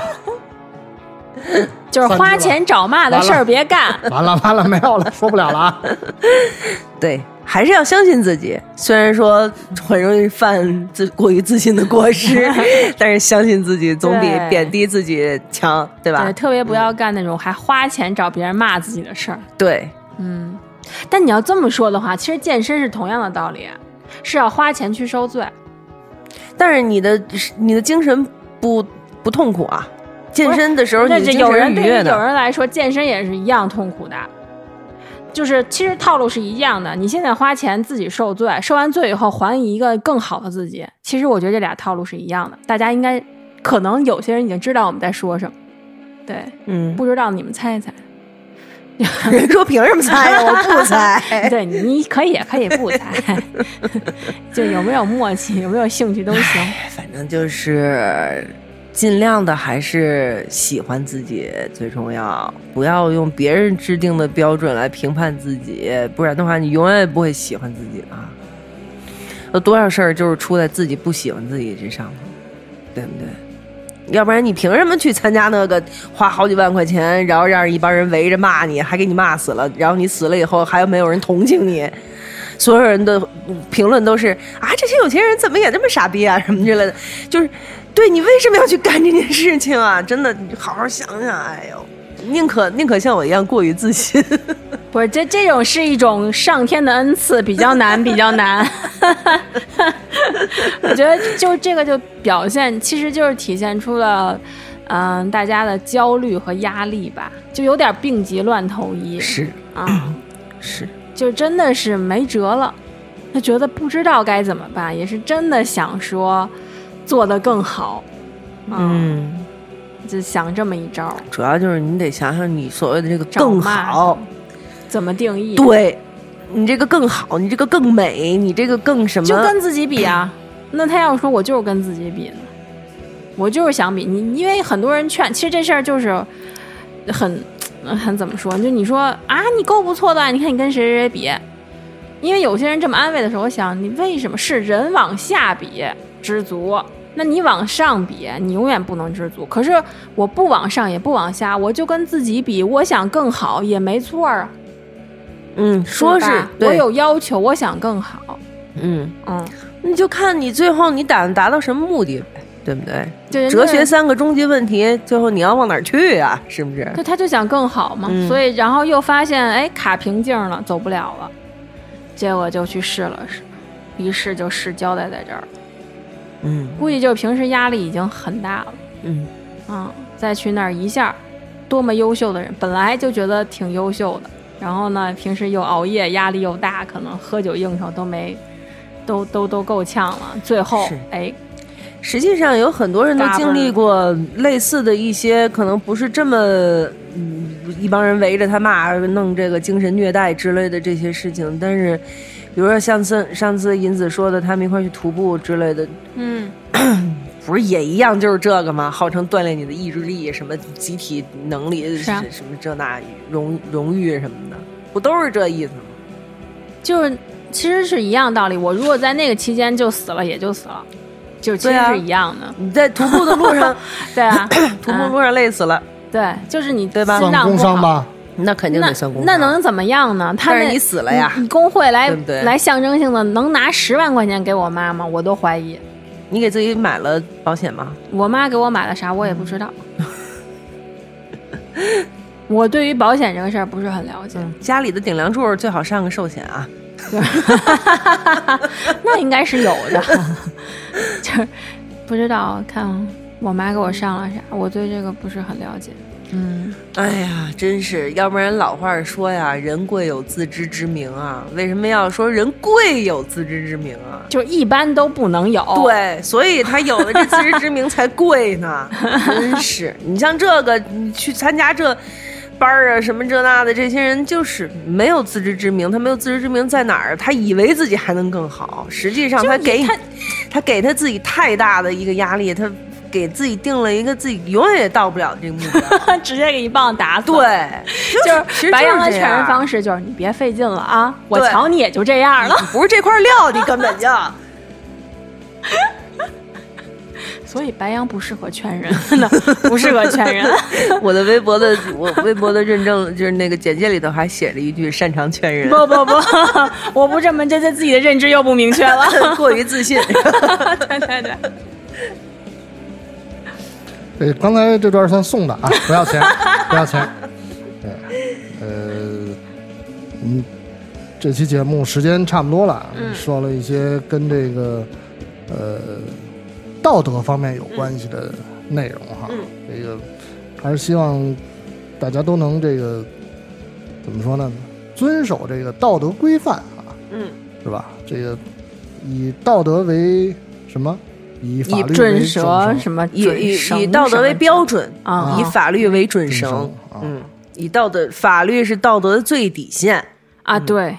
就是花钱找骂的事完儿了别干。完了完了，没有了，说不了了啊。对，还是要相信自己。虽然说很容易犯自过于自信的过失， [LAUGHS] 但是相信自己总比对贬低自己强， [LAUGHS] 对吧嗯对，？特别不要干那种还花钱找别人骂自己的事儿。对，嗯，但你要这么说的话，其实健身是同样的道理，是要花钱去受罪。但是你的你的精神不不痛苦啊。健身的时候，那你的这精有人神是愉对于悦有的。人来说，健身也是一样痛苦的，就是其实套路是一样的。你现在花钱自己受罪，受完罪以后还一个更好的自己。其实我觉得这俩套路是一样的，大家应该可能有些人已经知道我们在说什么，对，嗯，不知道你们猜一猜。人 [LAUGHS] 说凭什么猜呀？我 [LAUGHS] 不猜。对，你你可以也可以不猜， [LAUGHS] 就有没有默契，有没有兴趣都行。反正就是尽量的还是喜欢自己最重要，不要用别人制定的标准来评判自己，不然的话你永远也不会喜欢自己的啊。有多少事儿就是出在自己不喜欢自己之上，对不对？要不然你凭什么去参加那个花好几万块钱，然后让一帮人围着骂你，还给你骂死了，然后你死了以后还没有人同情你？所有人的评论都是啊，这些有钱人怎么也这么傻逼啊，什 [LAUGHS] 么之类的，就是对你为什么要去干这件事情啊？ [LAUGHS] 真的，你好好想想，哎呦，宁可宁可像我一样过于自信， [LAUGHS] 不是，这这种是一种上天的恩赐，比较难，比较难。 [LAUGHS] 我觉得就这个就表现，其实就是体现出了，嗯、大家的焦虑和压力吧，就有点病急乱投医啊，是，就真的是没辙了。他觉得不知道该怎么办，也是真的想说做得更好，啊，嗯，就想这么一招，主要就是你得想想你所谓的这个找更骂好，怎么定义？，对你这个更好，你这个更美，你这个更什么？就跟自己比啊。那他要说我就是跟自己比呢，我就是想比你，因为很多人劝，其实这事儿就是很很怎么说，就你说啊，你够不错的，你看你跟谁谁谁比，因为有些人这么安慰的时候，我想你为什么是人往下比知足？那你往上比，你永远不能知足。可是我不往上，也不往下，我就跟自己比，我想更好也没错儿啊。嗯，说对是吧我对，有要求，我想更好。嗯，嗯，你就看你最后你打算达到什么目的呗，对不对？就哲三。学三个终极问题，最后你要往哪儿去啊？是不是？ [LAUGHS] 就他就想更好嘛，嗯所以然后又发现哎卡瓶颈了，走不了了，结果就去试了试，一试就试交代在这儿了，嗯估计就是平时压力已经很大了，嗯，嗯，再去那儿一下，多么优秀的人，本来就觉得挺优秀的，然后呢平时又熬夜，压力又大，可能喝酒应酬都没，都都都够呛了，最后是哎实际上有很多人都经历过类似的一些，可能不是这么嗯一帮人围着他骂、弄这个精神虐待之类的这些事情，但是。比如说像次上次银子说的，他们一块儿去徒步之类的，嗯不是也一样就是这个吗？号称锻炼你的意志力，什么集体能力，是啊什什么这那荣荣誉什么的，不都是这意思吗？就是其实是一样道理，我如果在那个期间就死了也就死了，就其实对啊是一样的。你在徒步的路 [LAUGHS] 上，对啊，徒步路上累死了，对，就是你对吧心算脏工不伤好吧？那肯定那得算工那伤。能怎么样呢？他但是那你死了呀你工会来对不对来象征性的能拿十万块钱给我妈吗？我都怀疑。你给自己买了保险吗？我妈给我买了啥，我也不知道。 [LAUGHS] 我对于保险这个事儿不是很了解，嗯家里的顶梁柱最好上个寿险啊。嗯 [LAUGHS] 那应该是有的， [LAUGHS] 就是不知道看我妈给我上了啥，我对这个不是很了解。嗯，哎呀，真是，要不然老话说呀，人贵有自知之明啊。为什么要说人贵有自知之明啊？就一般都不能有。，对，所以他有了这自知之明才贵 [LAUGHS] 呢，真是。你像这个，你去参加这班儿啊，什么这那的，这些人就是没有自知之明。他没有自知之明在哪儿？他以为自己还能更好，实际上他给他他给他自己太大的一个压力，他给自己定了一个自己永远也到不了这个目 [LAUGHS] 标。他 [LAUGHS] 直接给一棒打死。，对， [LAUGHS] 就是是白羊的这劝人样方式就是你别费劲了啊，我对瞧你也就这样了。不是这块料，你根本就。 [LAUGHS] 所以白羊不适合劝 [LAUGHS] 人，真的 [LAUGHS] 不适合劝 [LAUGHS] 人。 [LAUGHS] 我的微博的我微博的认证就是那个简介里头还写了一句擅长劝人，不不不，我不这么，这对自己的认知又不明确 [LAUGHS] 了。过于自信。对对对，对，呃刚才这段算送的啊，不要钱，不要 [LAUGHS] 钱。对，呃，嗯，这期节目时间差不多了，嗯说了一些跟这个呃道德方面有关系的嗯内容哈。这个还是希望大家都能这个怎么说呢？遵守这个道德规范啊，嗯，是吧？这个以道德为什么？以法以律为准绳蛇绳什么 [LAUGHS] 以准绳以以道德为标准啊以法律为准准绳绳。啊嗯，以道德法律是道德的最底线。啊，对，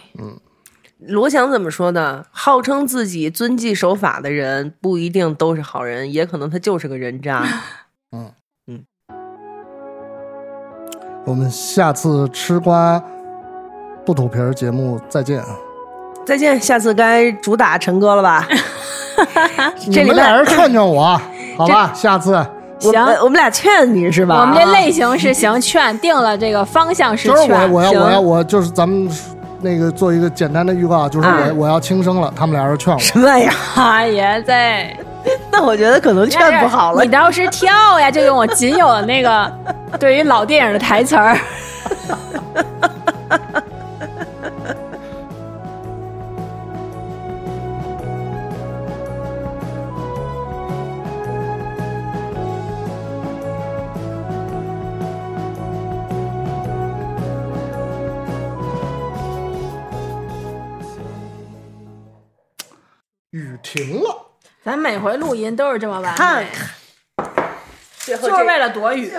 罗翔怎么说呢？号称自己遵纪守法的人，不一定都是好人，也可能他就是个人渣。我们下次吃瓜不吐皮儿节目再见啊！再见，下次该主打陈哥了吧？你礼们拜俩人劝劝我，好吧？下次我们行我们俩劝你是吧？我们这类型 [LAUGHS] 是行劝，定了这个方向是就是我劝，我要行我要我就是咱们那个做一个简单的预告，啊就是我、嗯我要轻生了，他们俩人劝我，什么玩意儿？哎呀， [LAUGHS] 在 [LAUGHS] 那我觉得可能劝不好了你。倒是跳呀，就用我仅有的那个对于老电影的台词儿。雨停了。咱每回录音都是这么完看美，看，最后就是为了躲雨。